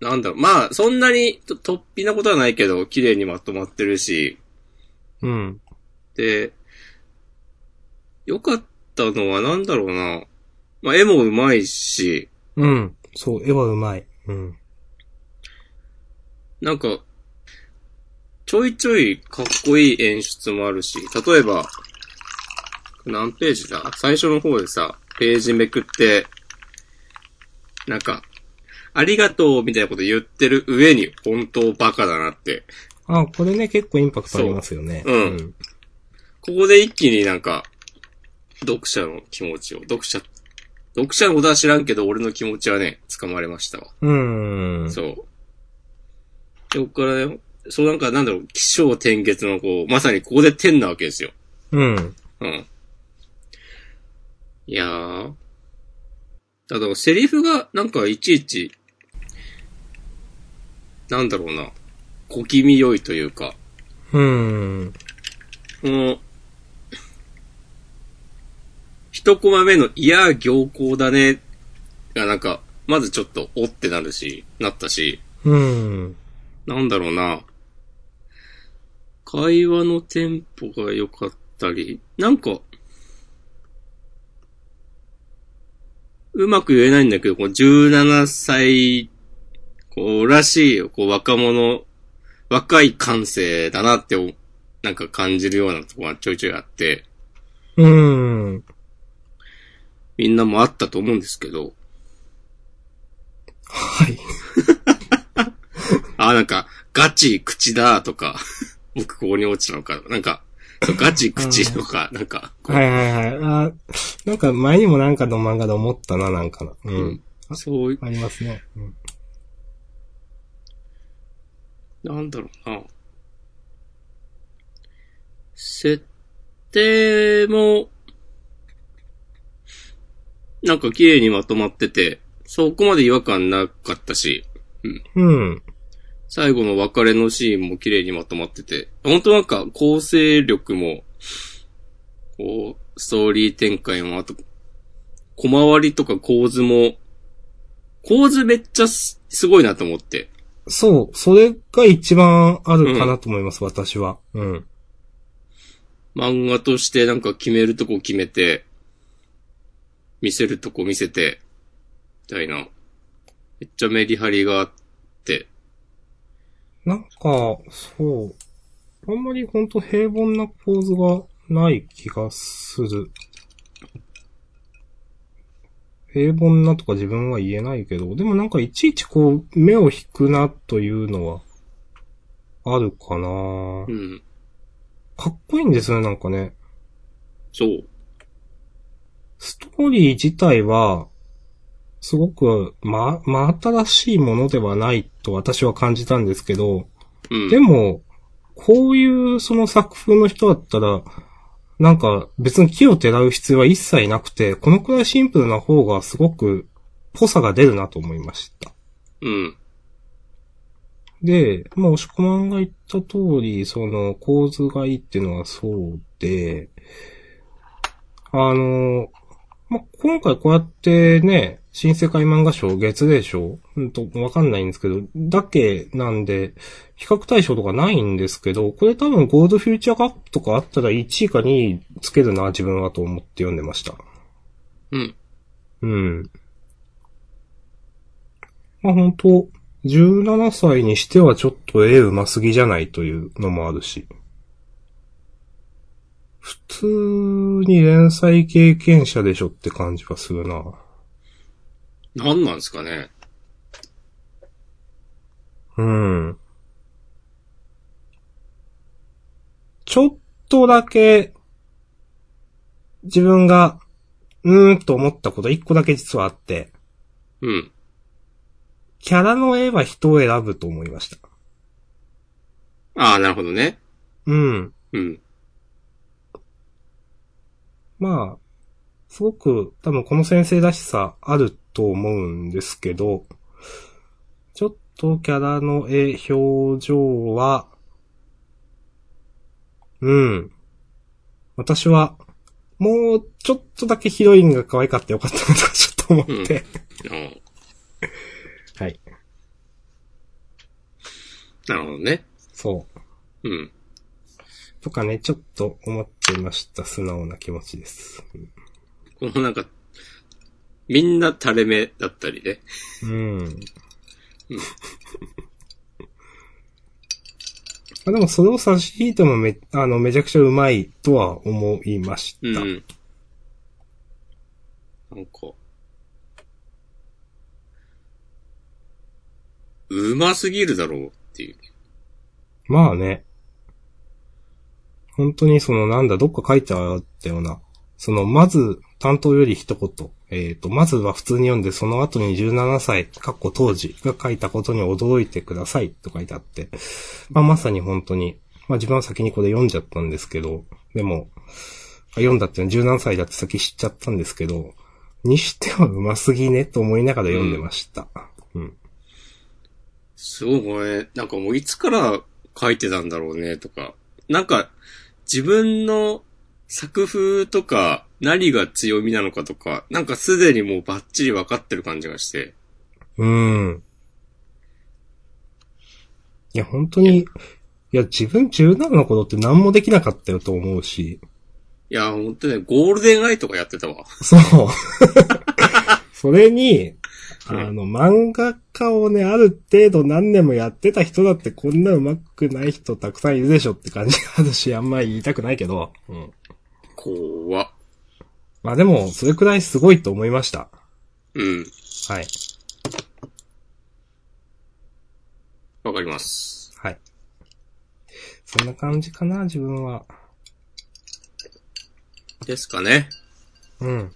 Speaker 1: なんだろう、まあ、そんなにと突飛なことはないけど、綺麗にまとまってるし、
Speaker 2: うん。
Speaker 1: で、良かったのはなんだろうな、まあ、絵も上手いし、
Speaker 2: うん。そう、絵はうまい。うん。
Speaker 1: なんか、ちょいちょいかっこいい演出もあるし、例えば、何ページだ最初の方でさ、ページめくって、なんか、ありがとうみたいなこと言ってる上に、本当バカだなって。
Speaker 2: あ、これね、結構インパクトありますよね。
Speaker 1: そううんここで一気になんか、読者の気持ちを、読者、読者のことは知らんけど、俺の気持ちはね、掴まれましたわ。
Speaker 2: うん。うん。
Speaker 1: そう。で、ここからね、そうなんかなんだろう、気象転結のこう、まさにここで天なわけですよ。
Speaker 2: うん。
Speaker 1: うん。いやー。ただ、セリフがなんかいちいち、なんだろうな、小気味良いというか、
Speaker 2: うん。
Speaker 1: この、一コマ目の、いやー行幸だね、がなんか、まずちょっと、おってなるし、なったし、
Speaker 2: うん。
Speaker 1: なんだろうな。会話のテンポが良かったり、なんか、ううまく言えないんだけど、こう17歳、こう、らしい、こう、若者、若い感性だなってお、なんか感じるようなとこがちょいちょいあって、
Speaker 2: うん。
Speaker 1: みんなもあったと思うんですけど、
Speaker 2: はい。
Speaker 1: あ、なんか、ガチ、口だ、とか、 僕ここに落ちたのか、なんか、そうガチ、口とか、なんか、こう
Speaker 2: はいはいはい。あなんか前にもなんかの漫画で思ったな、なんかの。う
Speaker 1: うんん。そういう、
Speaker 2: ありますね。うん
Speaker 1: なんだろうな。設定も、なんか綺麗にまとまってて、そこまで違和感なかったし、
Speaker 2: うん。
Speaker 1: 最後の別れのシーンも綺麗にまとまってて、本当なんか構成力も、こう、ストーリー展開も、あと、小回りとか構図も、構図めっちゃすすごいなと思って。
Speaker 2: そう、それが一番あるかなと思います、私は。うん。
Speaker 1: 漫画としてなんか決めるとこ決めて、見せるとこ見せて、みたいな。めっちゃメリハリがあって、
Speaker 2: なんか、そう。あんまりほんと平凡な構図がない気がする。平凡なとか自分は言えないけど、でもなんかいちいちこう、目を引くなというのは、あるかな
Speaker 1: うん。
Speaker 2: かっこいいんですね、なんかね。
Speaker 1: そう。
Speaker 2: ストーリー自体は、すごく、ま、真新しいものではないと私は感じたんですけど、
Speaker 1: うん。
Speaker 2: でも、こういうその作風の人だったら、なんか別に木をてらう必要は一切なくて、このくらいシンプルな方がすごく、ぽさが出るなと思いました。
Speaker 1: うん。
Speaker 2: で、まあ、押し込まんが言った通り、その、構図がいいっていうのはそうで、あの、まあ、今回こうやってね、新世界漫画賞、月例賞、うんと、わかんないんですけど、だけなんで、比較対象とかないんですけど、これ多分ゴールドフューチャーカップとかあったら1位か2位つけるな、自分はと思って読んでました。
Speaker 1: うん。
Speaker 2: うん。まあ本当17歳にしてはちょっと絵うますぎじゃないというのもあるし。普通に連載経験者でしょって感じはするな。
Speaker 1: なんなんですかね。
Speaker 2: うん。ちょっとだけ、自分が、うーんと思ったこと一個だけ実はあって、
Speaker 1: うん。
Speaker 2: キャラの絵は人を選ぶと思いました。
Speaker 1: ああ、なるほどね。
Speaker 2: うん。
Speaker 1: うん。
Speaker 2: まあ、すごく多分この先生らしさあると思うんですけど、ちょっとキャラの絵、表情は、うん。私は、もうちょっとだけヒロインが可愛かったよかったなとかちょっと思って。
Speaker 1: あー
Speaker 2: はい。
Speaker 1: なるほどね。
Speaker 2: そう。
Speaker 1: うん。
Speaker 2: とかね、ちょっと思ってました。素直な気持ちです。
Speaker 1: このなんか、みんな垂れ目だったりね。
Speaker 2: うん。あでもそれを差し引いてもめ、あの、めちゃくちゃうまいとは思いまし
Speaker 1: うん。
Speaker 2: た。
Speaker 1: なんか、うますぎるだろうっていう。
Speaker 2: まあね。本当にそのなんだ、どっか書いてあったような。その、まず、担当より一言。えっ、と、まずは普通に読んで、その後に17歳、かっこ当時が書いたことに驚いてくださいと書いてあって。まあまさに本当に、まあ自分は先にこれ読んじゃったんですけど、でも、あ読んだっていうのは17歳だって先知っちゃったんですけど、にしてはうますぎねと思いながら読んでました。うん。
Speaker 1: すごいこれ、なんかもういつから書いてたんだろうねとか、なんか自分の作風とか何が強みなのかとか、なんかすでにもうバッチリ分かってる感じがして、
Speaker 2: うん。いや、本当に、いや、自分17の頃って何もできなかったよと思うし、
Speaker 1: いや、ほんとね、ゴールデンアイとかやってたわ。
Speaker 2: そう。それに、
Speaker 1: うん
Speaker 2: あの、漫画家をね、ある程度何年もやってた人だってこんな上手くない人たくさんいるでしょって感じがあるし、あんまり言いたくないけど。うん。
Speaker 1: 怖っ。
Speaker 2: まあでも、それくらいすごいと思いました。
Speaker 1: うん。
Speaker 2: はい。
Speaker 1: わかります。
Speaker 2: はい。そんな感じかな、自分は。
Speaker 1: ですかね。
Speaker 2: うん。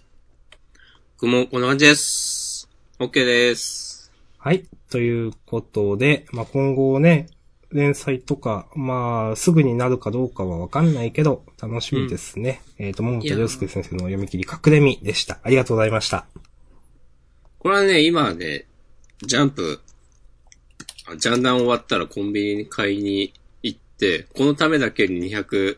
Speaker 1: 僕もこんな感じです。OK です。
Speaker 2: はい。ということで、まあ、今後ね、連載とか、まあ、すぐになるかどうかはわかんないけど、楽しみですね。えっ、と、桃田良介先生の読み切り隠れみでした。ありがとうございました。
Speaker 1: これはね、今ね、ジャンプ、あジャンダン終わったらコンビニに買いに行って、このためだけに280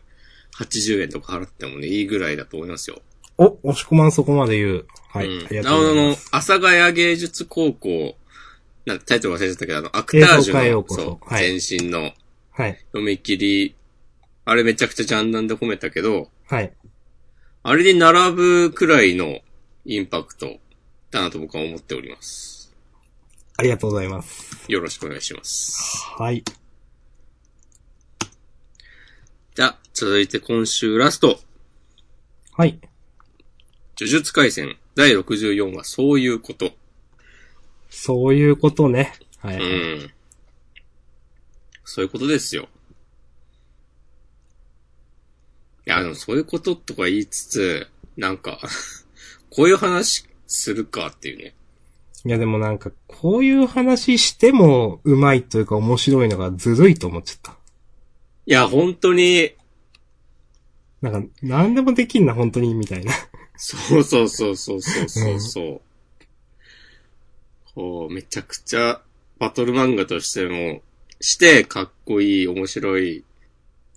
Speaker 1: 円とか払ってもね、いいぐらいだと思いますよ。
Speaker 2: お、押し込まんそこまで言う。はい。
Speaker 1: うん
Speaker 2: ありがとうございます。
Speaker 1: あの、阿佐ヶ谷芸術高校、なんかタイトル忘れちゃったけど、あの、アクタージュ
Speaker 2: 映像化へよ
Speaker 1: の
Speaker 2: う、こそ
Speaker 1: そう、
Speaker 2: はい
Speaker 1: 前身の
Speaker 2: はい。
Speaker 1: 読み切り、あれめちゃくちゃジャンダンで褒めたけど、
Speaker 2: はい。
Speaker 1: あれに並ぶくらいのインパクトだなと僕は思っております。
Speaker 2: ありがとうございます。
Speaker 1: よろしくお願いします。
Speaker 2: はい。
Speaker 1: じゃあ、続いて今週ラスト。
Speaker 2: はい。
Speaker 1: 呪術廻戦第64話、そういうこと。
Speaker 2: そういうことね。は
Speaker 1: う
Speaker 2: い。
Speaker 1: ん。そういうことですよ。いや、でもそういうこととか言いつつ、なんか、 こういう話するかっていうね。
Speaker 2: いやでもなんか、こういう話しても、うまいというか面白いのがずるいと思っちゃった。
Speaker 1: いや、本当に、
Speaker 2: なんか、何でもできんな、本当に、みたいな。
Speaker 1: そうそうそうそうそうそうそう。こう、めちゃくちゃバトル漫画としても、して、かっこいい、面白い、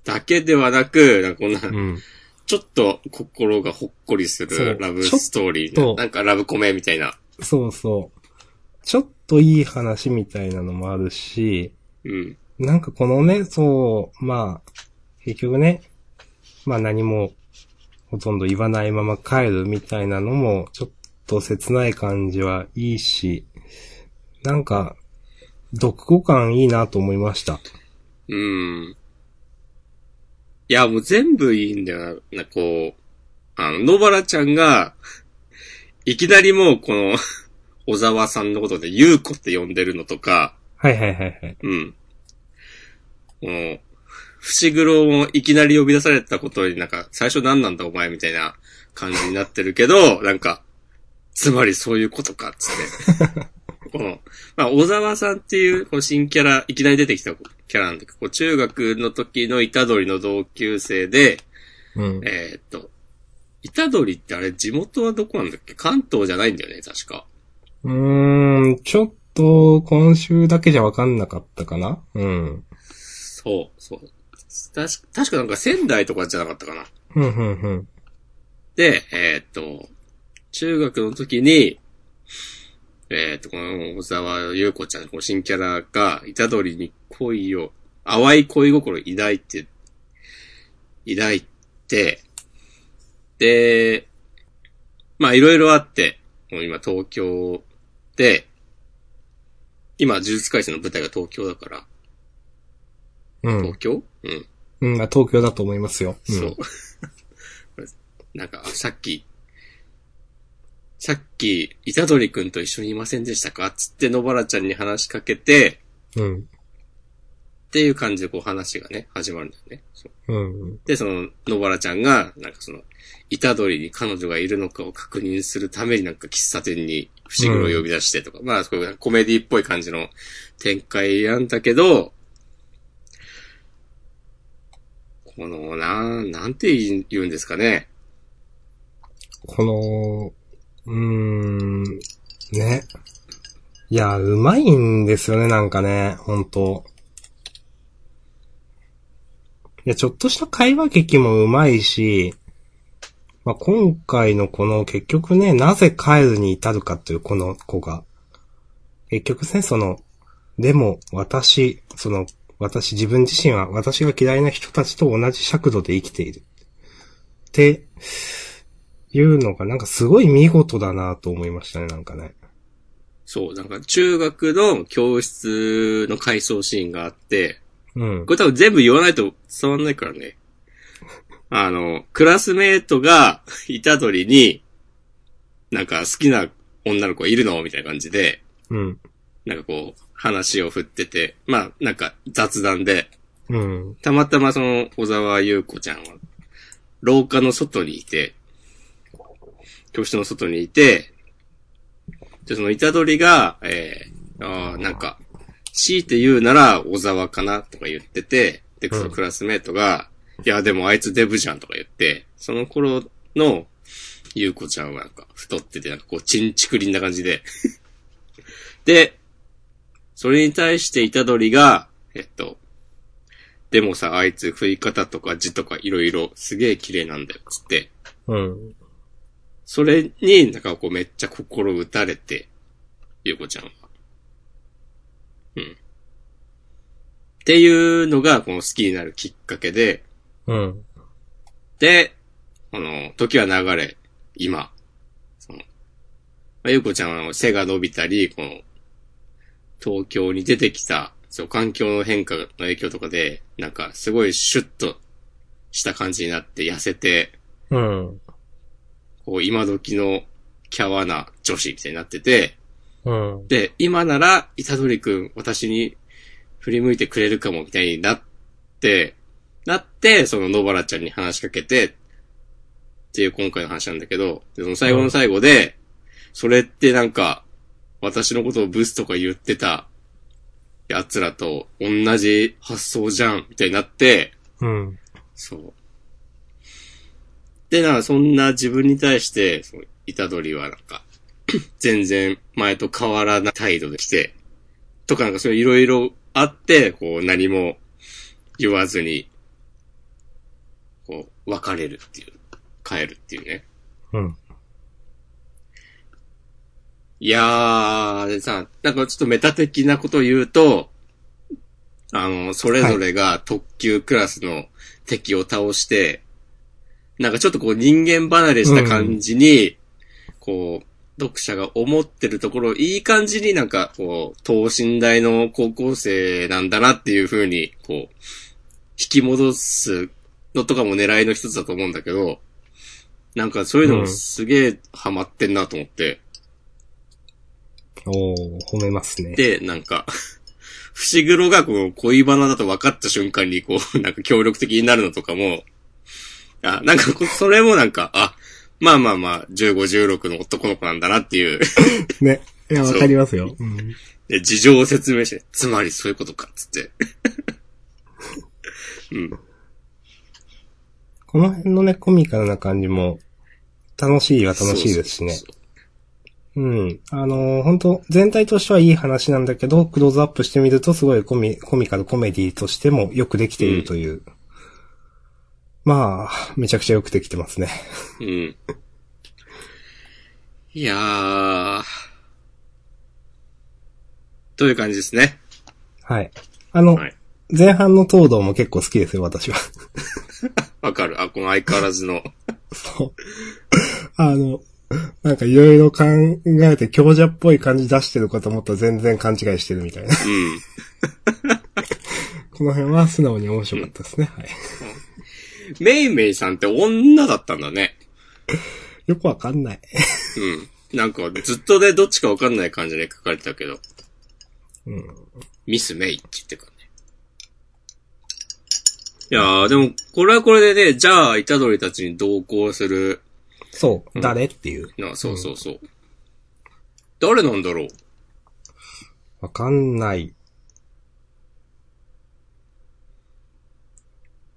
Speaker 1: だけではなく、なんかこんな、
Speaker 2: うん。
Speaker 1: ちょっと心がほっこりす
Speaker 2: そう
Speaker 1: るラブストーリー
Speaker 2: ちょ
Speaker 1: な、
Speaker 2: っと
Speaker 1: なんかラブコメみたいな。
Speaker 2: そうそう。ちょっといい話みたいなのもあるし、
Speaker 1: うん。
Speaker 2: なんかこのね、そう、まあ、結局ね、まあ何も、ほとんど言わないまま帰るみたいなのも、ちょっと切ない感じはいいし、なんか、読語感いいなと思いました。
Speaker 1: うん。いや、もう全部いいんだよな。な、こう、あの、野原ちゃんが、いきなりもうこの、小沢さんのことで、ゆうこって呼んでるのとか、
Speaker 2: はいはいはいはい。
Speaker 1: うん。もう、伏黒もいきなり呼び出されたことになんか、最初何なんだお前みたいな感じになってるけど、 なんか、つまりそういうことか、つって。この、まあ、小沢さんっていう、この新キャラ、いきなり出てきたキャラなんだけど、こう中学の時の虎杖の同級生で、
Speaker 2: うん。
Speaker 1: えーっと、虎杖ってあれ、地元はどこなんだっけ関東じゃないんだよね、確か。
Speaker 2: うーん、ちょっと、今週だけじゃわかんなかったかなうん。
Speaker 1: そう、そう。確か、確かなんか仙台とかじゃなかったかな。
Speaker 2: うん、うん、うん。
Speaker 1: で、えーっと、中学の時に、えーっと、この小沢優子ちゃん、この新キャラが、虎取に恋を、淡い恋心を抱いて、抱いて、で、まあいろいろあって、もう今東京で、今、呪術改正の舞台が東京だから、
Speaker 2: うん
Speaker 1: 東。京うん。
Speaker 2: うん、まあ東京だと思いますよ。ん
Speaker 1: そう。。なんか、さっき、さっき、いたどりくんと一緒にいませんでしたかつって野原ちゃんに話しかけて、
Speaker 2: うん。
Speaker 1: っていう感じでこう話がね、始まるんだよね。そう
Speaker 2: うん。
Speaker 1: で、その、野原ちゃんが、なんかその、いたどりに彼女がいるのかを確認するためになんか喫茶店に伏黒を呼び出してとか、まあ、そういうコメディっぽい感じの展開なんだけど、この、な、なんて言うんですかね。
Speaker 2: この、うーん、ね。いや、うまいんですよね、なんかね、ほんと。いや、ちょっとした会話劇もうまいし、まあ、今回のこの結局ね、なぜ帰るに至るかというこの子が。結局ね、その、でも私、その、私自分自身は私が嫌いな人たちと同じ尺度で生きている。っていうのが、なんかすごい見事だなと思いましたね、なんかね。
Speaker 1: そう、なんか中学の教室の回想シーンがあって、
Speaker 2: うん
Speaker 1: こ。れ多分全部言わないと伝わんないからね。あの、クラスメートが、いたどりに、なんか好きな女の子いるのみたいな感じで、
Speaker 2: うん。
Speaker 1: なんかこう、話を振ってて、まあ、なんか雑談で、
Speaker 2: うん。
Speaker 1: たまたまその、小沢優子ちゃんは、廊下の外にいて、教室の外にいて、で、その、いたどりが、えー、あーなんか、強いて言うなら、小沢かなとか言ってて、で、
Speaker 2: うん
Speaker 1: そのクラスメートが、いや、でもあいつデブじゃんとか言って、その頃の、優子ちゃんはなんか、太ってて、なんかこう、チンチクリンな感じで。で、それに対していたどりが、えっと、でもさ、あいつ食い方とか字とかいろいろすげえ綺麗なんだよ、つって。
Speaker 2: うん。
Speaker 1: それになんかこうめっちゃ心打たれて、ゆうこちゃんは。うん。っていうのがこの好きになるきっかけで、
Speaker 2: うん。
Speaker 1: で、あの、時は流れ、今。その、まあ、ゆうこちゃんは背が伸びたり、この、東京に出てきた、そう、環境の変化の影響とかで、なんか、すごいシュッとした感じになって痩せて、
Speaker 2: うん。
Speaker 1: こう、今時のキャワな女子みたいになってて、
Speaker 2: うん。
Speaker 1: で、今なら、いたどりくん、私に振り向いてくれるかも、みたいになって、なって、その野原ちゃんに話しかけて、っていう今回の話なんだけど、でその最後の最後で、それってなんか、私のことをブスとか言ってた奴らと同じ発想じゃん、みたいになって、
Speaker 2: うん。
Speaker 1: そう。で、なんかそんな自分に対して、その、いたどりはなんか、 全然前と変わらない態度で来て、とかなんかそういろいろあって、こう何も言わずに、こう、別れるっていう、帰るっていうね。
Speaker 2: うん。
Speaker 1: いやー、でさ、なんかちょっとメタ的なことを言うと、あの、それぞれが特急クラスの敵を倒して、なんかちょっとこう人間離れした感じに、こう、読者が思ってるところ、いい感じになんか、こう、等身大の高校生なんだなっていう風に、こう、引き戻すのとかも狙いの一つだと思うんだけど、なんかそういうのもすげえハマってんなと思って、
Speaker 2: おー、褒めますね。
Speaker 1: で、なんか、 伏黒がこう恋バナだと分かった瞬間にこう、 なんか協力的になるのとかも、あ、なんかこう、それもなんか、あ、まあまあまあ、15、16の男の子なんだなっていう、
Speaker 2: ね。いや、わかりますよ。うん。
Speaker 1: で事情を説明して、つまりそういうことか、つって。うん。
Speaker 2: この辺のね、コミカルな感じも、楽しいは楽しいですしね。
Speaker 1: そうそう
Speaker 2: うん。あのー、本当全体としてはいい話なんだけど、クローズアップしてみると、すごいコミ、コミカルコメディとしてもよくできているという。まあ、めちゃくちゃよくできてますね。
Speaker 1: そううん。いやー。という感じですね。
Speaker 2: はい。あの、
Speaker 1: はい。
Speaker 2: 前半の東堂も結構好きですよ、私は。
Speaker 1: わかる。あ、この相変わらずの。
Speaker 2: そう。あの、なんかいろいろ考えて強者っぽい感じ出してるかと思ったら全然勘違いしてるみたいな。
Speaker 1: うん。
Speaker 2: この辺は素直に面白かったですね。はい。
Speaker 1: メイメイさんって女だったんだね。
Speaker 2: よくわかんない。
Speaker 1: うん。なんか、ずっとね、どっちかわかんない感じで書かれてたけど、
Speaker 2: うん。
Speaker 1: ミスメイって言ってたね。いやー、でも、これはこれでね、じゃあ、イタドリたちに同行する、
Speaker 2: そう。
Speaker 1: うん
Speaker 2: 誰っていう。
Speaker 1: な、そうそうそう。誰なんだろう
Speaker 2: わかんない。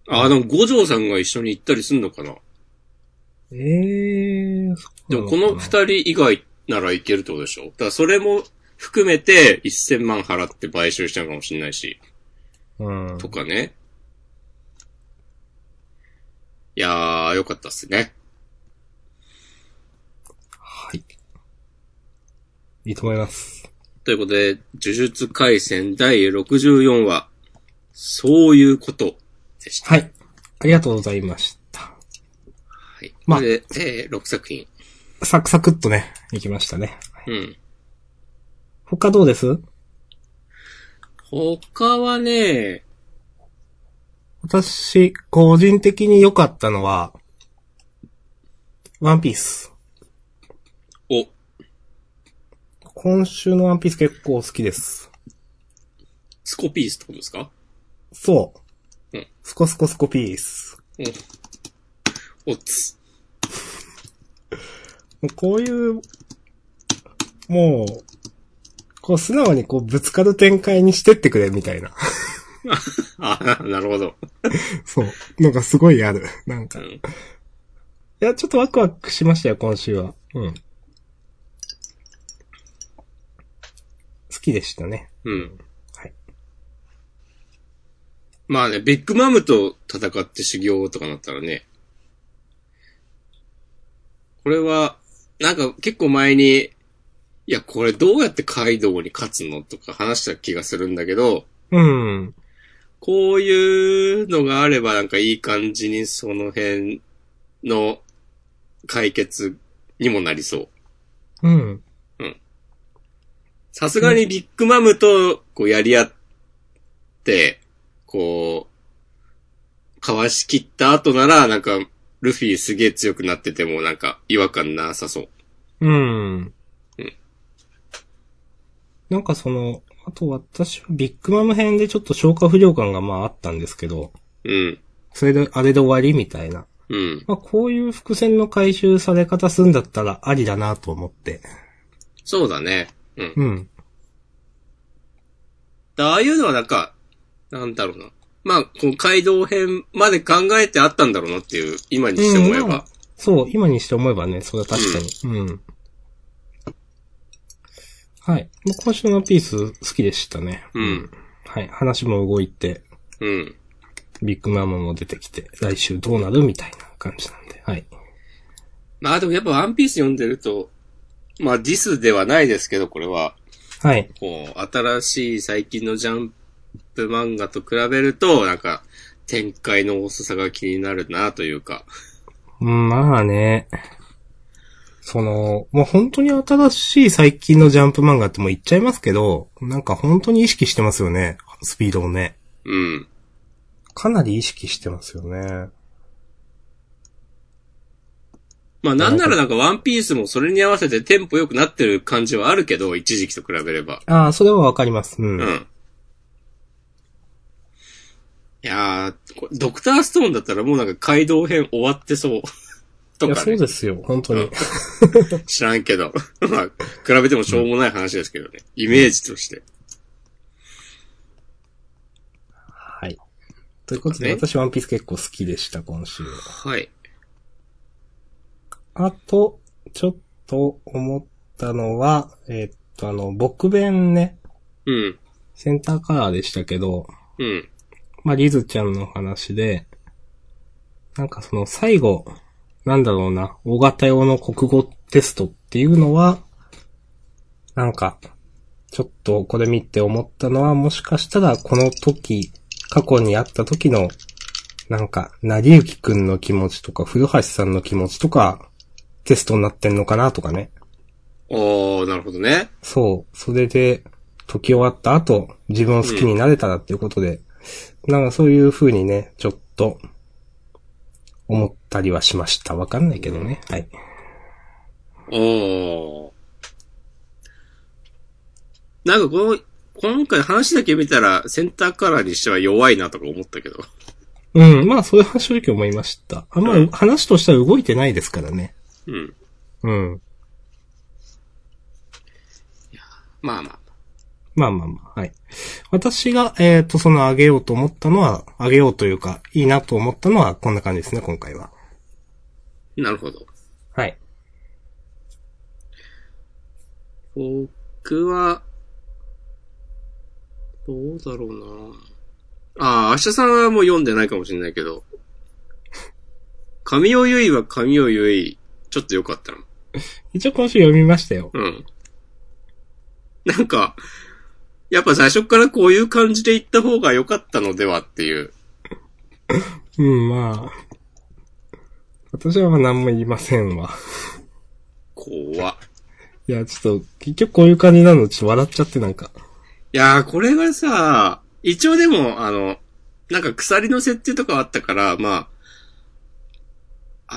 Speaker 1: あー、でも、五条さんが一緒に行ったりすんのかな
Speaker 2: ええー、そう
Speaker 1: で
Speaker 2: な
Speaker 1: も、
Speaker 2: か
Speaker 1: こ
Speaker 2: な
Speaker 1: の二人以外ならいけるってことでしょだから、それも含めて、1000万払って買収したのかもしれないし。
Speaker 2: うん。
Speaker 1: とかね。いやー、よかったっすね。
Speaker 2: はい。いいと思います。
Speaker 1: ということで、呪術回戦第64話、そういうことでした。
Speaker 2: はい。ありがとうございました。
Speaker 1: はい。はい。
Speaker 2: まあ
Speaker 1: これで、えー、6作品。
Speaker 2: サクサクっとね、行きましたね。
Speaker 1: うん。
Speaker 2: 他どうです
Speaker 1: 他はね、
Speaker 2: 私、個人的に良かったのは、ワンピース。
Speaker 1: お、
Speaker 2: 今週のワンピース結構好きです。
Speaker 1: スコピースってことですか
Speaker 2: そう。
Speaker 1: うん
Speaker 2: スコスコスコピース。
Speaker 1: おっつ。
Speaker 2: もうこういう、もう、こう素直にこうぶつかる展開にしてってくれみたいな。
Speaker 1: ああ、なるほど。
Speaker 2: そう。のがすごいある。なん
Speaker 1: う
Speaker 2: か。い
Speaker 1: ん。
Speaker 2: や、ちょっとワクワクしましたよ、今週は。うん。好きでしたね。
Speaker 1: うん。
Speaker 2: はい。
Speaker 1: まあね、ビッグマムと戦って修行とかなったらね。これは、なんか結構前に、いや、これどうやってカイドウに勝つのとか話した気がするんだけど、
Speaker 2: うん。
Speaker 1: こういうのがあればなんかいい感じにその辺の解決にもなりそう。
Speaker 2: うん。
Speaker 1: さすがにビッグマムと、こう、やり合って、こう、かわしきった後なら、なんか、ルフィすげえ強くなってても、なんか、違和感なさそう。
Speaker 2: うん
Speaker 1: うん。
Speaker 2: なんかその、あと私はビッグマム編でちょっと消化不良感がまああったんですけど、
Speaker 1: うん。
Speaker 2: それであれで終わりみたいな。
Speaker 1: うん。
Speaker 2: まあこういう伏線の回収され方するんだったらありだなと思って。
Speaker 1: そうだね。うん。
Speaker 2: うん。
Speaker 1: ああいうのはなんか、なんだろうな。まあ、こう、街道編まで考えてあったんだろうなっていう、今にして思え
Speaker 2: うんま
Speaker 1: ば
Speaker 2: あ。そう、今にして思えばね、それは確かに。うん。はい。もう今週のワンピース好きでしたね。
Speaker 1: うん。
Speaker 2: はい。話も動いて、
Speaker 1: うん。
Speaker 2: ビッグマムも出てきて、来週どうなるみたいな感じなんで。はい。
Speaker 1: まあ、でもやっぱワンピース読んでると、まあ、ディスではないですけど、これは。
Speaker 2: はい。
Speaker 1: こう、新しい最近のジャンプ漫画と比べると、なんか、展開の遅さが気になるなというか。
Speaker 2: うんまあね。その、もう本当に新しい最近のジャンプ漫画ってもう言っちゃいますけど、なんか本当に意識してますよね。スピードをね。
Speaker 1: うん。
Speaker 2: かなり意識してますよね。
Speaker 1: まあなんならなんかワンピースもそれに合わせてテンポ良くなってる感じはあるけど、一時期と比べれば。
Speaker 2: ああ、それはわかります。うん。
Speaker 1: うん。いやー、これドクターストーンだったらもうなんか街道編終わってそう。と
Speaker 2: いや、
Speaker 1: か
Speaker 2: そう
Speaker 1: ね。
Speaker 2: ですよ。本当に。
Speaker 1: 知らんけど。まあ、比べてもしょうもない話ですけどね。イメージとして。
Speaker 2: はい。ということで、
Speaker 1: ね
Speaker 2: 私ワンピース結構好きでした、今週。
Speaker 1: はい。
Speaker 2: あと、ちょっと思ったのは、えっと、あの、僕弁ね、
Speaker 1: うん。
Speaker 2: センターカラーでしたけど、
Speaker 1: うん。
Speaker 2: まあ、リズちゃんの話で、なんかその最後、なんだろうな、大型用の国語テストっていうのは、なんか、ちょっとこれ見て思ったのは、もしかしたらこの時、過去にあった時の、なんか、成りゆきくんの気持ちとか、古橋さんの気持ちとか、テストになってんのかなとかね。
Speaker 1: おー、なるほどね。
Speaker 2: そう。それで、解き終わった後、自分を好きになれたらっていうことで、なんかそういう風にね、ちょっと、思ったりはしました。わかんないけどね。はい。
Speaker 1: おー。なんかこの、今回話だけ見たら、センターカラーにしては弱いなとか思ったけど。
Speaker 2: うん。まあ、それは正直思いました。あんま
Speaker 1: うん
Speaker 2: り話としては動いてないですからね。
Speaker 1: うん。
Speaker 2: うん。
Speaker 1: まあまあ。
Speaker 2: まあまあまあ、はい。私が、えっ、と、その、あげようと思ったのは、あげようというか、いいなと思ったのは、こんな感じですね、今回は。
Speaker 1: なるほど。
Speaker 2: はい。
Speaker 1: 僕は、どうだろうなああ、明日さんはもう読んでないかもしれないけど。神尾結衣は神尾結衣、ちょっと良かったな。
Speaker 2: 一応今週読みましたよ。
Speaker 1: うん。なんか、やっぱ最初からこういう感じで行った方が良かったのではっていう。
Speaker 2: うん、まあ。私はまあ何も言いませんわ。
Speaker 1: 怖っ。
Speaker 2: いや、ちょっと、結局こういう感じなの、ちょっと笑っちゃってなんか。
Speaker 1: いやー、これがさ、一応でも、あの、なんか鎖の設定とかはあったから、まあ、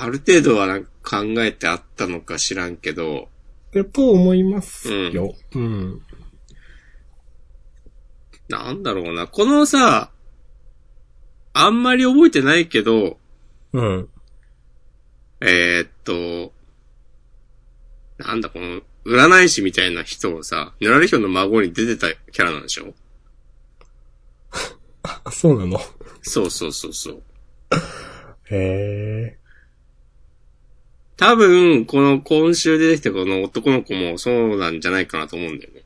Speaker 1: ある程度はなんか考えてあったのか知らんけど、
Speaker 2: えと思いますよ。うん。
Speaker 1: なんだろうな、このさ、あんまり覚えてないけど、
Speaker 2: うん。
Speaker 1: えー、っと、なんだこの、占い師みたいな人をさ、ぬらりひょんの孫に出てたキャラなんでしょ
Speaker 2: あ、そうなの。
Speaker 1: そうそうそうそう。
Speaker 2: へえ。
Speaker 1: 多分、この今週出てきたこの男の子もそうなんじゃないかなと思うんだよね。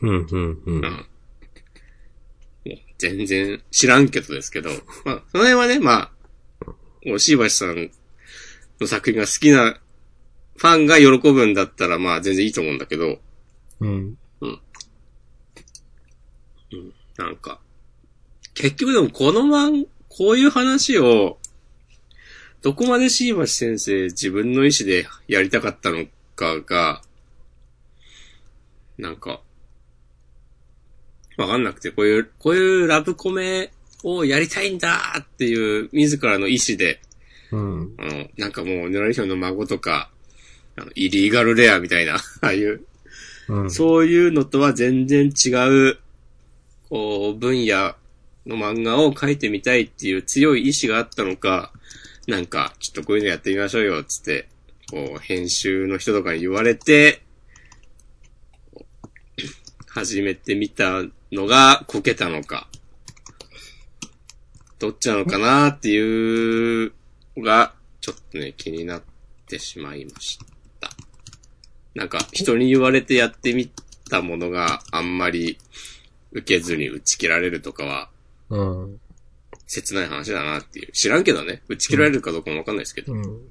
Speaker 2: うん、うん、う。
Speaker 1: うんん。もう全然知らんけどですけど、まあ、その辺はね、まあ、押橋さんの作品が好きなファンが喜ぶんだったら、まあ全然いいと思うんだけど、
Speaker 2: うん。
Speaker 1: なんか、結局でもこの漫、こういう話を、どこまで椎橋先生自分の意思でやりたかったのかが、なんか、わかんなくて、こういう、こういうラブコメをやりたいんだーっていう自らの意思で、
Speaker 2: うん。
Speaker 1: あの、なんかもう、ぬらりひょんの孫とか、あの、イリーガルレアみたいな、ああいう
Speaker 2: うん。
Speaker 1: そういうのとは全然違う、こう、分野の漫画を描いてみたいっていう強い意志があったのか、なんか、ちょっとこういうのやってみましょうよ、つって、こう、編集の人とかに言われて、始めてみたのがこけたのか、どっちなのかなっていうのが、ちょっとね、気になってしまいました。なんか、人に言われてやってみたものがあんまり受けずに打ち切られるとかは、
Speaker 2: うん。
Speaker 1: 切ない話だなっていう。知らんけどね。打ち切られるかどうかもわかんないですけど。
Speaker 2: うん。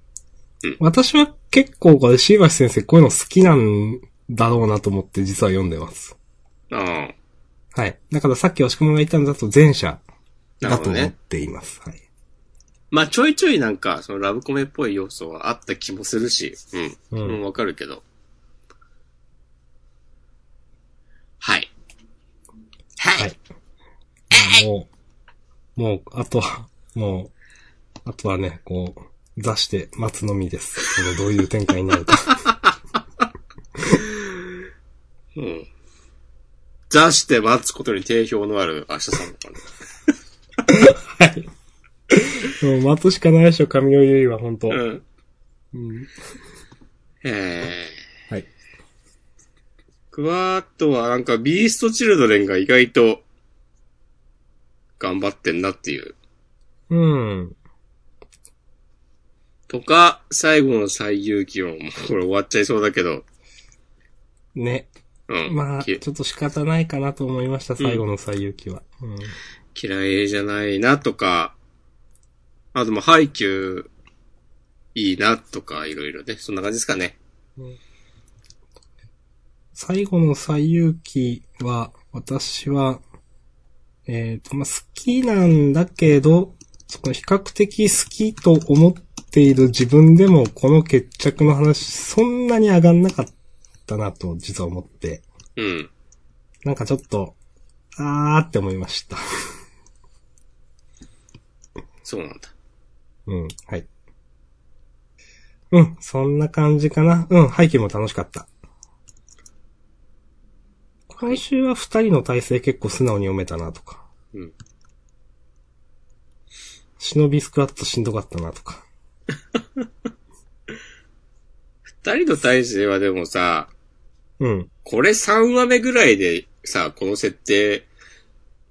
Speaker 2: 私は結構、これ、椎橋先生、こういうの好きなんだろうなと思って、実は読んでます。
Speaker 1: ああ、
Speaker 2: はい。だからさっき押し込みが言ったんだと、前者
Speaker 1: なる
Speaker 2: だ
Speaker 1: ほ
Speaker 2: と
Speaker 1: ど
Speaker 2: 思っ
Speaker 1: ね。
Speaker 2: ています。はい。
Speaker 1: まあちょいちょいなんか、そのラブコメっぽい要素はあった気もするし、うん。
Speaker 2: うん
Speaker 1: うん、わかるけど。はい。はい。
Speaker 2: はいもう、もう、あとは、もう、あとはね、こう、出して待つのみです。このどういう展開になるか。
Speaker 1: うん。座して待つことに定評のある明日さんのかな。
Speaker 2: もう待つしかないでしょ、神尾ゆいは、本当、
Speaker 1: うん。
Speaker 2: うん
Speaker 1: えー。
Speaker 2: はい。
Speaker 1: クワットはなんかビーストチルドレンが意外と頑張ってんなっていう。
Speaker 2: うん。
Speaker 1: とか、最後の最優気温。もう これ終わっちゃいそうだけど。
Speaker 2: ね。
Speaker 1: うん。
Speaker 2: まあ、
Speaker 1: き
Speaker 2: ちょっと仕方ないかなと思いました、最後の最有機は。うん。
Speaker 1: 嫌いじゃないなとか、あともうハイキューいいなとか、いろいろね。そんな感じですかね。
Speaker 2: 最後の最有機は、私は、えっ、と、まあ、好きなんだけど、その比較的好きと思っている自分でも、この決着の話、そんなに上がんなかったなと、実は思って、
Speaker 1: うん。
Speaker 2: なんかちょっと、あーって思いました。
Speaker 1: そうなんだ。
Speaker 2: うん、はい。うん、そんな感じかな。うん、背景も楽しかった。今週は二人の体制結構素直に読めたなとか。
Speaker 1: うん。
Speaker 2: 忍びスクワットしんどかったなとか。
Speaker 1: 二人の対してはでもさ、
Speaker 2: うん。
Speaker 1: これ3話目ぐらいでさ、この設定、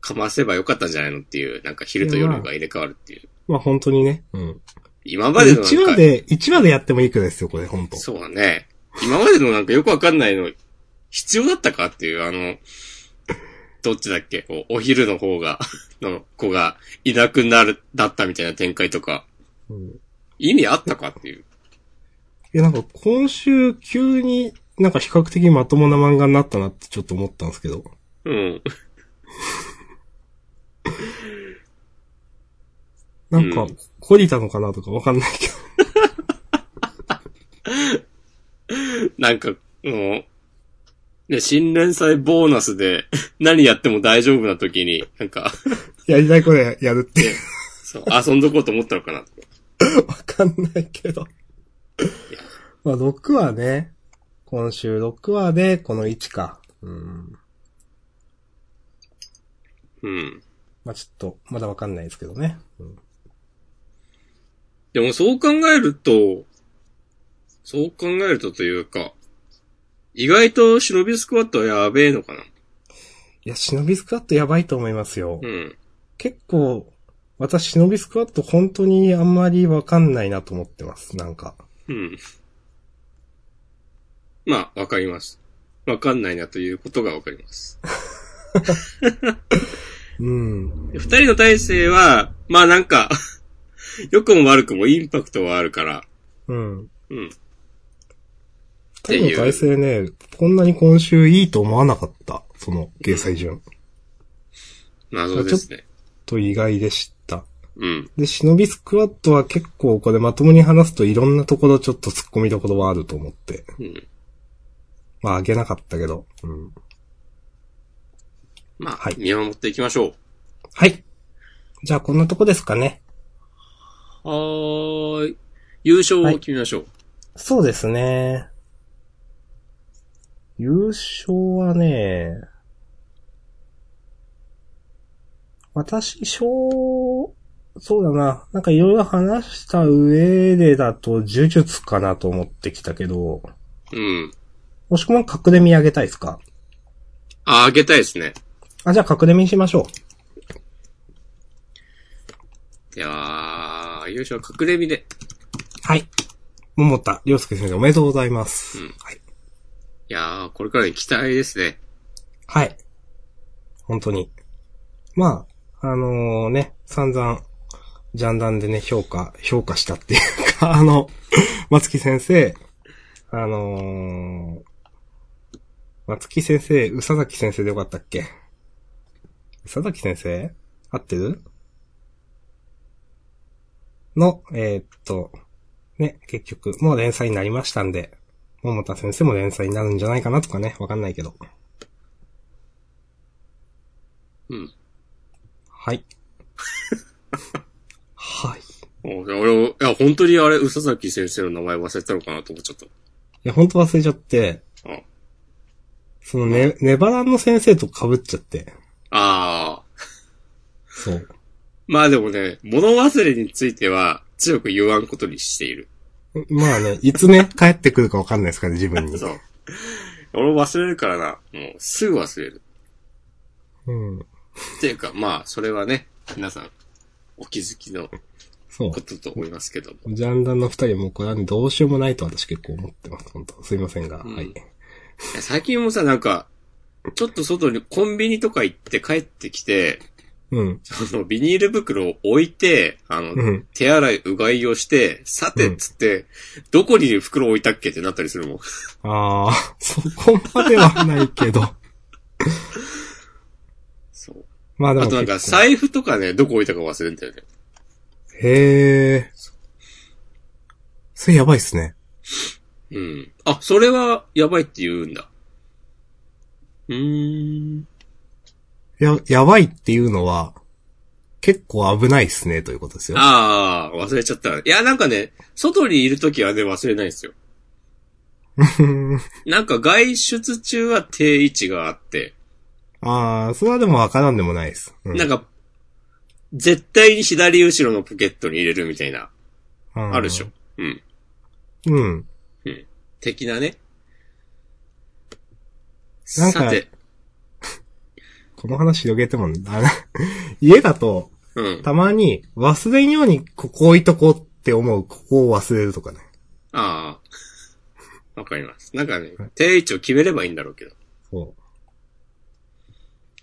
Speaker 1: かませばよかったんじゃないのっていう、なんか昼と夜が入れ替わるっていう。
Speaker 2: まあ本当にね。うん。
Speaker 1: 今までのなんか
Speaker 2: 1話で、一話でやってもいいくらいですよ、これ、本当
Speaker 1: そうだね。今までのなんかよくわかんないの、必要だったかっていう、あの、どっちだっけこうお昼の方が、 の子がいなくなる、だったみたいな展開とか、
Speaker 2: うん。い
Speaker 1: 意味あったかっていう。
Speaker 2: や、なんか今週急になんか比較的まともな漫画になったなってちょっと思ったんですけど。
Speaker 1: うん。
Speaker 2: なんか、懲りたのかなとかわかんないけど。
Speaker 1: なんか、もう、ね、新連載ボーナスで 何やっても大丈夫な時に、なんか、
Speaker 2: やりたいことややるっていう。
Speaker 1: そう、遊んどこうと思ったのかな。
Speaker 2: わかんないけど。まあ、6話ね。今週6話で、この1か。うん。
Speaker 1: うん。
Speaker 2: まあ、ちょっと、まだわかんないですけどね。うん
Speaker 1: でもそう考えると、そう考えるとというか、意外と忍びスクワットはやべえのかな。
Speaker 2: いや、忍びスクワットやばいと思いますよ。
Speaker 1: うん。
Speaker 2: 結構、私、忍びスクワット本当にあんまりわかんないなと思ってます。なんか。
Speaker 1: うん。まあ、わかります。わかんないなということがわかります。
Speaker 2: うん。
Speaker 1: で二人の体制は、まあなんか、 良くも悪くもインパクトはあるから、
Speaker 2: うん。
Speaker 1: うん。て
Speaker 2: 多
Speaker 1: いう
Speaker 2: 分体制ね、こんなに今週いいと思わなかった。その、掲載順。
Speaker 1: 謎ですね。
Speaker 2: と意外でした。
Speaker 1: うん。
Speaker 2: で、忍びスクワットは結構これまともに話すといろんなところちょっと突っ込みどころはあると思って。
Speaker 1: うん。
Speaker 2: まあ、あげなかったけど。うん。
Speaker 1: まあ、
Speaker 2: はい
Speaker 1: 見守っていきましょ
Speaker 2: はい。じゃあ、こんなとこですかね。
Speaker 1: う。はーい。優勝を決めましょう。
Speaker 2: そうですね。優勝はね、私、小、そうだな。なんかいろいろ話した上でだと、呪術かなと思ってきたけど、
Speaker 1: うん。
Speaker 2: もしくは隠れ見上げたいですか
Speaker 1: あ、あげたいですね。
Speaker 2: あ、じゃあ隠れ見しましょう。
Speaker 1: では、優勝は隠れ身で。
Speaker 2: はい。桃田良介先生おめでとうございます。
Speaker 1: うん
Speaker 2: はい。
Speaker 1: いやー、これからに期待ですね。
Speaker 2: はい。本当に。まあ、あのね、散々、ジャンダンでね、評価、評価したっていうか、 あの、松木先生、あのー松木先生、宇佐崎先生でよかったっけ宇佐崎先生合ってるの、えーっと、ね、結局、もう連載になりましたんで、桃田先生も連載になるんじゃないかなとかね、わかんないけど。
Speaker 1: うん。
Speaker 2: はい。はい。い
Speaker 1: お俺、いや、本当にあれ、宇佐崎先生の名前忘れたのかなと思っちゃっ
Speaker 2: や、ほんと忘れちゃって、
Speaker 1: た。うん。
Speaker 2: そのね、ネバランの先生と被っちゃって。
Speaker 1: あー。
Speaker 2: そう。
Speaker 1: まあでもね、物忘れについては強く言わんことにしている。
Speaker 2: まあね、い つね、帰ってくるかわかんないですからね、自分に。
Speaker 1: そう。俺忘れるからな。もう、すぐ忘れる。
Speaker 2: うん。
Speaker 1: っていうか、まあ、それはね、皆さん、お気づきの
Speaker 2: そう
Speaker 1: こ。とと思いますけども。
Speaker 2: ジャンダンの二人もこれはねどうしようもないと私結構思ってます、本当すいませんが。
Speaker 1: うん
Speaker 2: はい。
Speaker 1: いや最近もさ、なんか、ちょっと外にコンビニとか行って帰ってきて、
Speaker 2: うん。
Speaker 1: そのビニール袋を置いて、あの、
Speaker 2: うん。
Speaker 1: 手洗い、うがいをして、さてっつって、どこに袋置いたっけってなったりするもん。
Speaker 2: ああ、 そこまではないけ ど。
Speaker 1: そう。
Speaker 2: まあでも
Speaker 1: あとなんか、
Speaker 2: 結構
Speaker 1: 財布とかね、どこ置いたか忘れんだよね。
Speaker 2: へえ。それやばいっすね。
Speaker 1: うん。あ、それは、やばいって言うんだ。うーん。
Speaker 2: や、やばいっていうのは、結構危ないっすね、ということですよ。
Speaker 1: ああ、忘れちゃった。いや、なんかね、外にいるときはね、忘れないんですよ。
Speaker 2: うん
Speaker 1: なんか外出中は定位置があって、
Speaker 2: ああ、それはでもわからんでもないです。うん
Speaker 1: なんか、絶対に左後ろのポケットに入れるみたいな、あるでしょ。。うん。
Speaker 2: うん。
Speaker 1: 的なね。
Speaker 2: なんか
Speaker 1: さて、
Speaker 2: この話広げても、あの 家だと、
Speaker 1: うん。
Speaker 2: たまに忘れんようにここ置いとこうって思う、ここを忘れるとかね。
Speaker 1: ああ。わかります。なんかね、定位置を決めればいいんだろうけど。
Speaker 2: そう。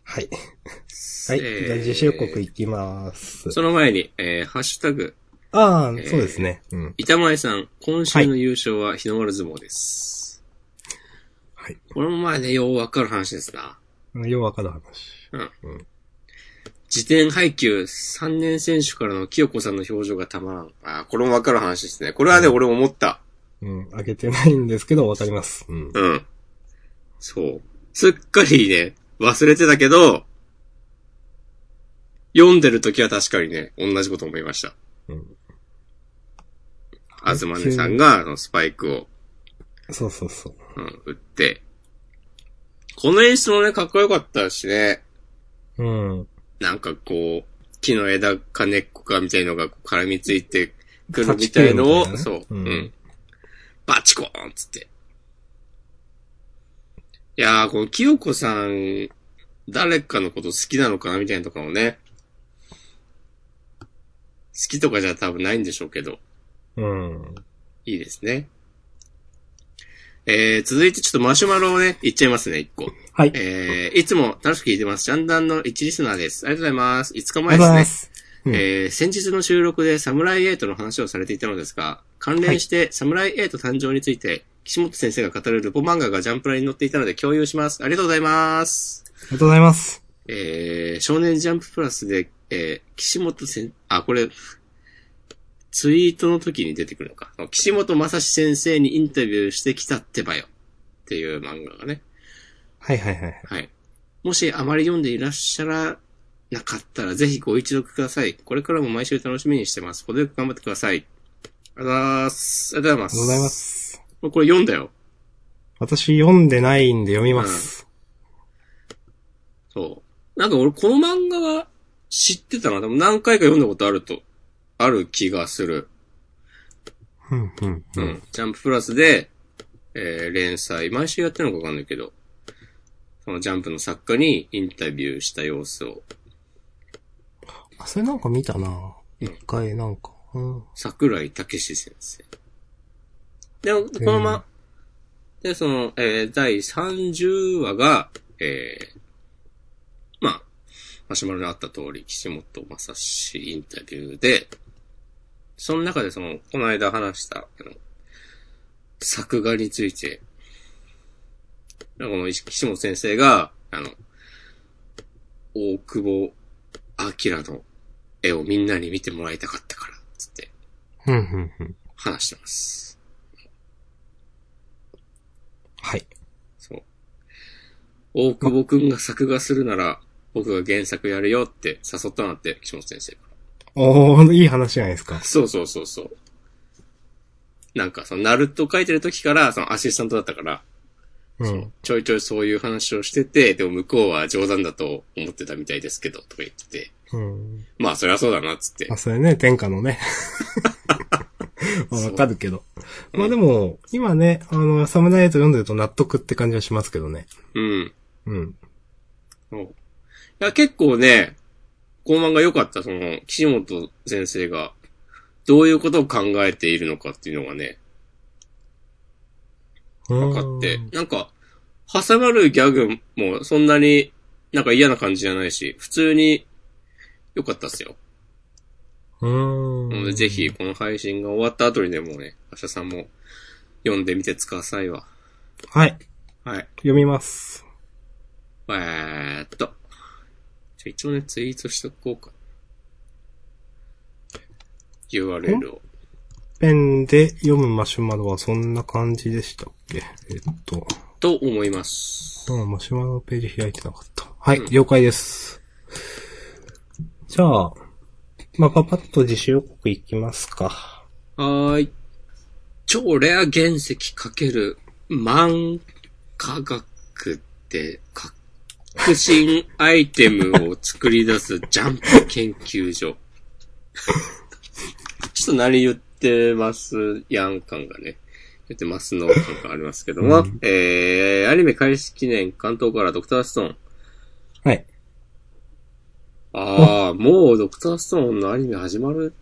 Speaker 2: はい。は。
Speaker 1: はい
Speaker 2: じゃあ、自主予告いきます。
Speaker 1: その前に、えー、ハッシュタグ、
Speaker 2: ああ、
Speaker 1: えー
Speaker 2: そうですね。うん。
Speaker 1: 板前さん、今週の優勝は日の丸相撲です。
Speaker 2: はい。
Speaker 1: これもまあね、ようわかる話ですな。
Speaker 2: ようわかる話。
Speaker 1: 辞典配給3年選手からの清子さんの表情がたまらん。ああ、これもわかる話ですね。これはね、俺も思った。
Speaker 2: うん、あげてないんですけど、わかります。うん。
Speaker 1: うん。そう。すっかりね、忘れてたけど、読んでる時は確かにね、同じこと思いました。
Speaker 2: うん
Speaker 1: あずまねさんが、あの、スパイクを、
Speaker 2: そうそうそう。
Speaker 1: うん、打って。この演出もね、かっこよかったしね、
Speaker 2: うん。
Speaker 1: なんかこう、木の枝か根っこかみたいのがこう絡みついてくるみたいのを、
Speaker 2: 立ち切
Speaker 1: そ
Speaker 2: る
Speaker 1: う
Speaker 2: み、た
Speaker 1: う
Speaker 2: いなね
Speaker 1: ん、
Speaker 2: うん
Speaker 1: バチコーンっつって。いやー、この清子さん、誰かのこと好きなのかなみたいなとかもね。好きとかじゃ多分ないんでしょうけど。
Speaker 2: うん。
Speaker 1: いいですね。えー、続いてちょっとマシュマロをね、いっちゃいますね、一個。
Speaker 2: はい。
Speaker 1: えー、いつも楽しく聞いてます。ジャンダンの一リスナーです。ありがとうございます。5日
Speaker 2: ありが
Speaker 1: 前で
Speaker 2: とうご
Speaker 1: す
Speaker 2: ざい
Speaker 1: ね
Speaker 2: ま。す。うん
Speaker 1: えー先日の収録でサムライエイトの話をされていたのですが、関連してサムライエイト誕生について、岸本先生が語るルポ漫画がジャンプラに載っていたので共有します。ありがとうございます。
Speaker 2: ありがとうございます。
Speaker 1: えー、少年ジャンププラスで、えー、岸本先、あ、これ、ツイートの時に出てくるのか。岸本正史先生にインタビューしてきたってばよ。っていう漫画がね。
Speaker 2: はいはいはい。
Speaker 1: はい。もしあまり読んでいらっしゃらなかったら、ぜひご一読ください。これからも毎週楽しみにしてます。程よく頑張ってください。ありがとうございます。ありがとうございま
Speaker 2: ありがと
Speaker 1: す。
Speaker 2: うございま。す。
Speaker 1: これ読んだよ。
Speaker 2: 私読んでないんで読みます。
Speaker 1: そう。なんか俺この漫画は知ってたな。でも何回か読んだことあると、ある気がする。
Speaker 2: うん、うん、
Speaker 1: う
Speaker 2: うんん。。
Speaker 1: ジャンププラスで、えー、連載、毎週やってるのかわかんないけど、そのジャンプの作家にインタビューした様子を、
Speaker 2: あ、それなんか見たな一回なんか。うん。
Speaker 1: 桜井武史先生。で、このま、で、その、えー第30話が、えーまあ、マシュマロにあった通り、岸本正史インタビューで、その中でその、この間話した、あの、作画について、この石岸本先生が、あの、大久保明の絵をみんなに見てもらいたかったから、つって、
Speaker 2: うん、うん、うん。
Speaker 1: 話してます。
Speaker 2: はい。
Speaker 1: そう。大久保くんが作画するなら、僕が原作やるよって誘ったなって、岸本先生か。。
Speaker 2: おー、いい話じゃないですから
Speaker 1: そうそうそうそう。なんか、その、ナルト書いてる時から、その、アシスタントだったから、
Speaker 2: うん。
Speaker 1: ちょいちょいそういう話をしてて、でも向こうは冗談だと思ってたみたいですけど、とか言ってて。
Speaker 2: うん。
Speaker 1: まあ、そりゃそうだな、つって
Speaker 2: あ、。それね、天下のね。まあわかるけど。まあでも、今ね、あの、サムライエイト読んでると納得って感じはしますけどね。
Speaker 1: うん。
Speaker 2: うん。
Speaker 1: そう。いや、結構ね、この漫画良かった、その、岸本先生が、どういうことを考えているのかっていうのがね、分かって、なんか、挟まるギャグもそんなになんか嫌な感じじゃないし、普通に良かったっすよ。
Speaker 2: うん。
Speaker 1: な
Speaker 2: う
Speaker 1: の
Speaker 2: ん。
Speaker 1: でぜひ、。この配信が終わった後にでもね、アシャさんも読んでみてくださいわ。
Speaker 2: はい。
Speaker 1: はい。
Speaker 2: 読みます。
Speaker 1: えーっと。ちょ一応ね、ツイートしとこうか。URL を。
Speaker 2: ペンで読むマシュマロはそんな感じでしたっけえっと、
Speaker 1: と思います。
Speaker 2: うん、マシュマロのページ開いてなかった。はい、
Speaker 1: うん
Speaker 2: 了解です。じゃあ、まあ、パパッと自主予告いきますか。
Speaker 1: はーい。超レア原石かける万科学で革新アイテムを作り出すジャンプ研究所。 ちょっと何言ってますやん感がね。言ってますの感がありますけども。えー、アニメ開始記念関東からドクターストーン。
Speaker 2: はい。
Speaker 1: あー、もうドクターストーンのアニメ始まるん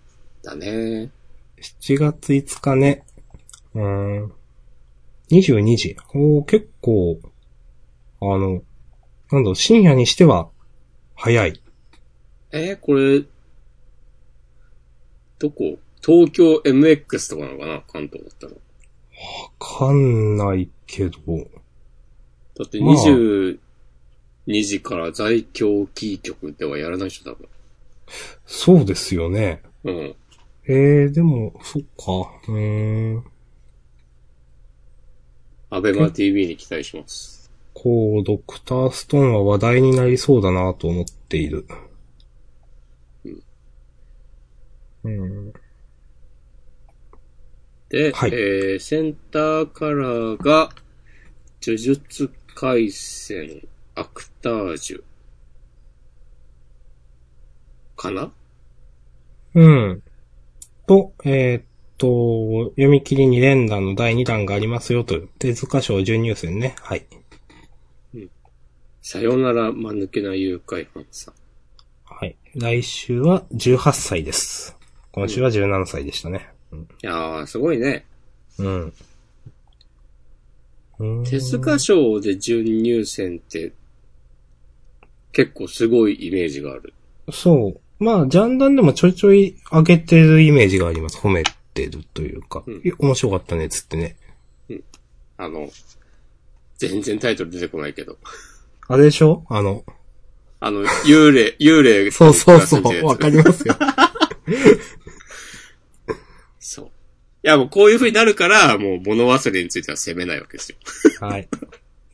Speaker 1: だね。
Speaker 2: 7月5日ね。うーん。22時。おー、結構、あの、なんだろう、深夜にしては、早い。
Speaker 1: えーこれ、どこ東京 MX とかなのかな関東だったら。だ
Speaker 2: わかんないけ
Speaker 1: っ
Speaker 2: ど。
Speaker 1: て
Speaker 2: まあ
Speaker 1: 22時から在京キー局ではやらないでしょ、多
Speaker 2: そうですよね。
Speaker 1: 分。うん。
Speaker 2: えー、でも、そっか。うーん。
Speaker 1: アベマ TV に期待します。
Speaker 2: こう、ドクターストーンは話題になりそうだなと思っている。うん。
Speaker 1: で、
Speaker 2: はい
Speaker 1: えー、センターカラーが、呪術回戦、アクタージュ。かな
Speaker 2: うん。と、えーっと、読み切り2連弾の第2弾がありますよという、手塚賞準入選ね。はい。
Speaker 1: さよなら、間抜けな誘拐犯さん。
Speaker 2: はい。来週は18歳です。今週は17歳でしたね。うん。
Speaker 1: いやー、すごいね。
Speaker 2: うん。うん
Speaker 1: 手塚賞で準入選って、結構すごいイメージがある。
Speaker 2: そう。まあ、ジャンダンでもちょいちょい上げてるイメージがあります。褒めてるというか。
Speaker 1: うん
Speaker 2: いや面白かったね、つってね。
Speaker 1: あの、全然タイトル出てこないけど。
Speaker 2: あれでしょあの、
Speaker 1: あの、幽霊、 幽霊。
Speaker 2: そうそうそ
Speaker 1: が住んでるや
Speaker 2: う、
Speaker 1: つ
Speaker 2: わかりますよ。
Speaker 1: そう。いや、もうこういう風になるから、もう物忘れについては責めないわけですよ。
Speaker 2: はい。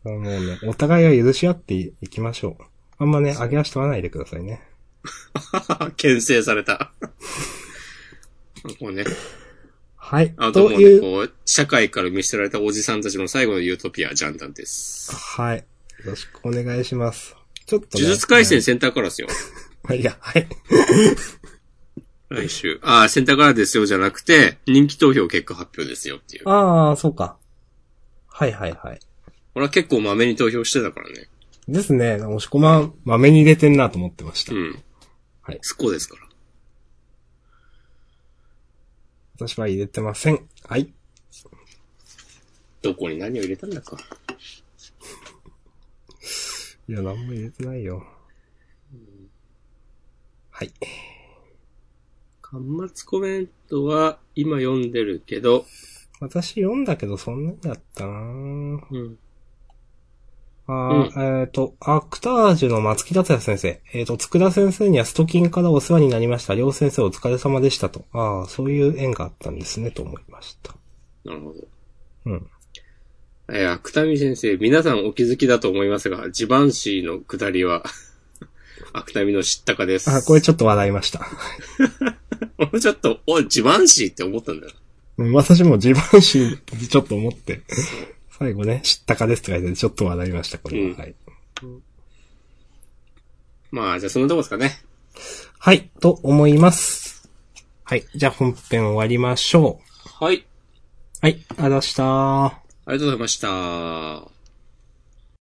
Speaker 2: もうね、お互いが許し合っていきましょう。あんまね、上げ足取らないでくださいね。
Speaker 1: 牽制された。こうね。
Speaker 2: はい。
Speaker 1: あと
Speaker 2: と
Speaker 1: もうね、
Speaker 2: いう、
Speaker 1: こう、社会から見捨てられたおじさんたちの最後のユートピア、ジャンダンです。
Speaker 2: はい。よろしくお願いします。ちょっと、ね。
Speaker 1: 呪術回戦センターカラーですよ。
Speaker 2: はい。いや、はい。
Speaker 1: 来週。ああ、センターカラーですよじゃなくて、人気投票結果発表ですよっていう。
Speaker 2: ああ、そうか。はいはいはい。
Speaker 1: 俺は結構まめに投票してたからね。
Speaker 2: ですね。押し込まん、まめに入れてんなと思ってました。
Speaker 1: うん。
Speaker 2: はい
Speaker 1: そこですから。
Speaker 2: 私は入れてません。はい。
Speaker 1: どこに何を入れたんだか。
Speaker 2: いや、何も入れてないよ。はい。
Speaker 1: 端末コメントは、今読んでるけど、
Speaker 2: 私読んだけど、そんなんだったな
Speaker 1: うん。
Speaker 2: あー、えっ、と、アクタージュの松木達也先生。えっ、と、佃先生にはストキンからお世話になりました。両先生お疲れ様でしたと。ああ、そういう縁があったんですね、と思いました。
Speaker 1: なるほど。
Speaker 2: うん。
Speaker 1: えー、芥見先生、皆さんお気づきだと思いますが、ジバンシーの下りは、 芥見の知ったかです。
Speaker 2: あ、これちょっと笑いました。
Speaker 1: 俺ちょっと、おい、ジバンシーって思ったんだよ。
Speaker 2: うん私も自慢心ってちょっと思って、最後ね、知ったかですって書いてあってちょっと笑いました、これ
Speaker 1: うん
Speaker 2: は。はい。
Speaker 1: まあ、じゃあそんなとこですかね。
Speaker 2: はい、と思います。はい、じゃあ本編終わりましょう。
Speaker 1: はい。
Speaker 2: はい、ありがとうございました。
Speaker 1: ありがとうございました。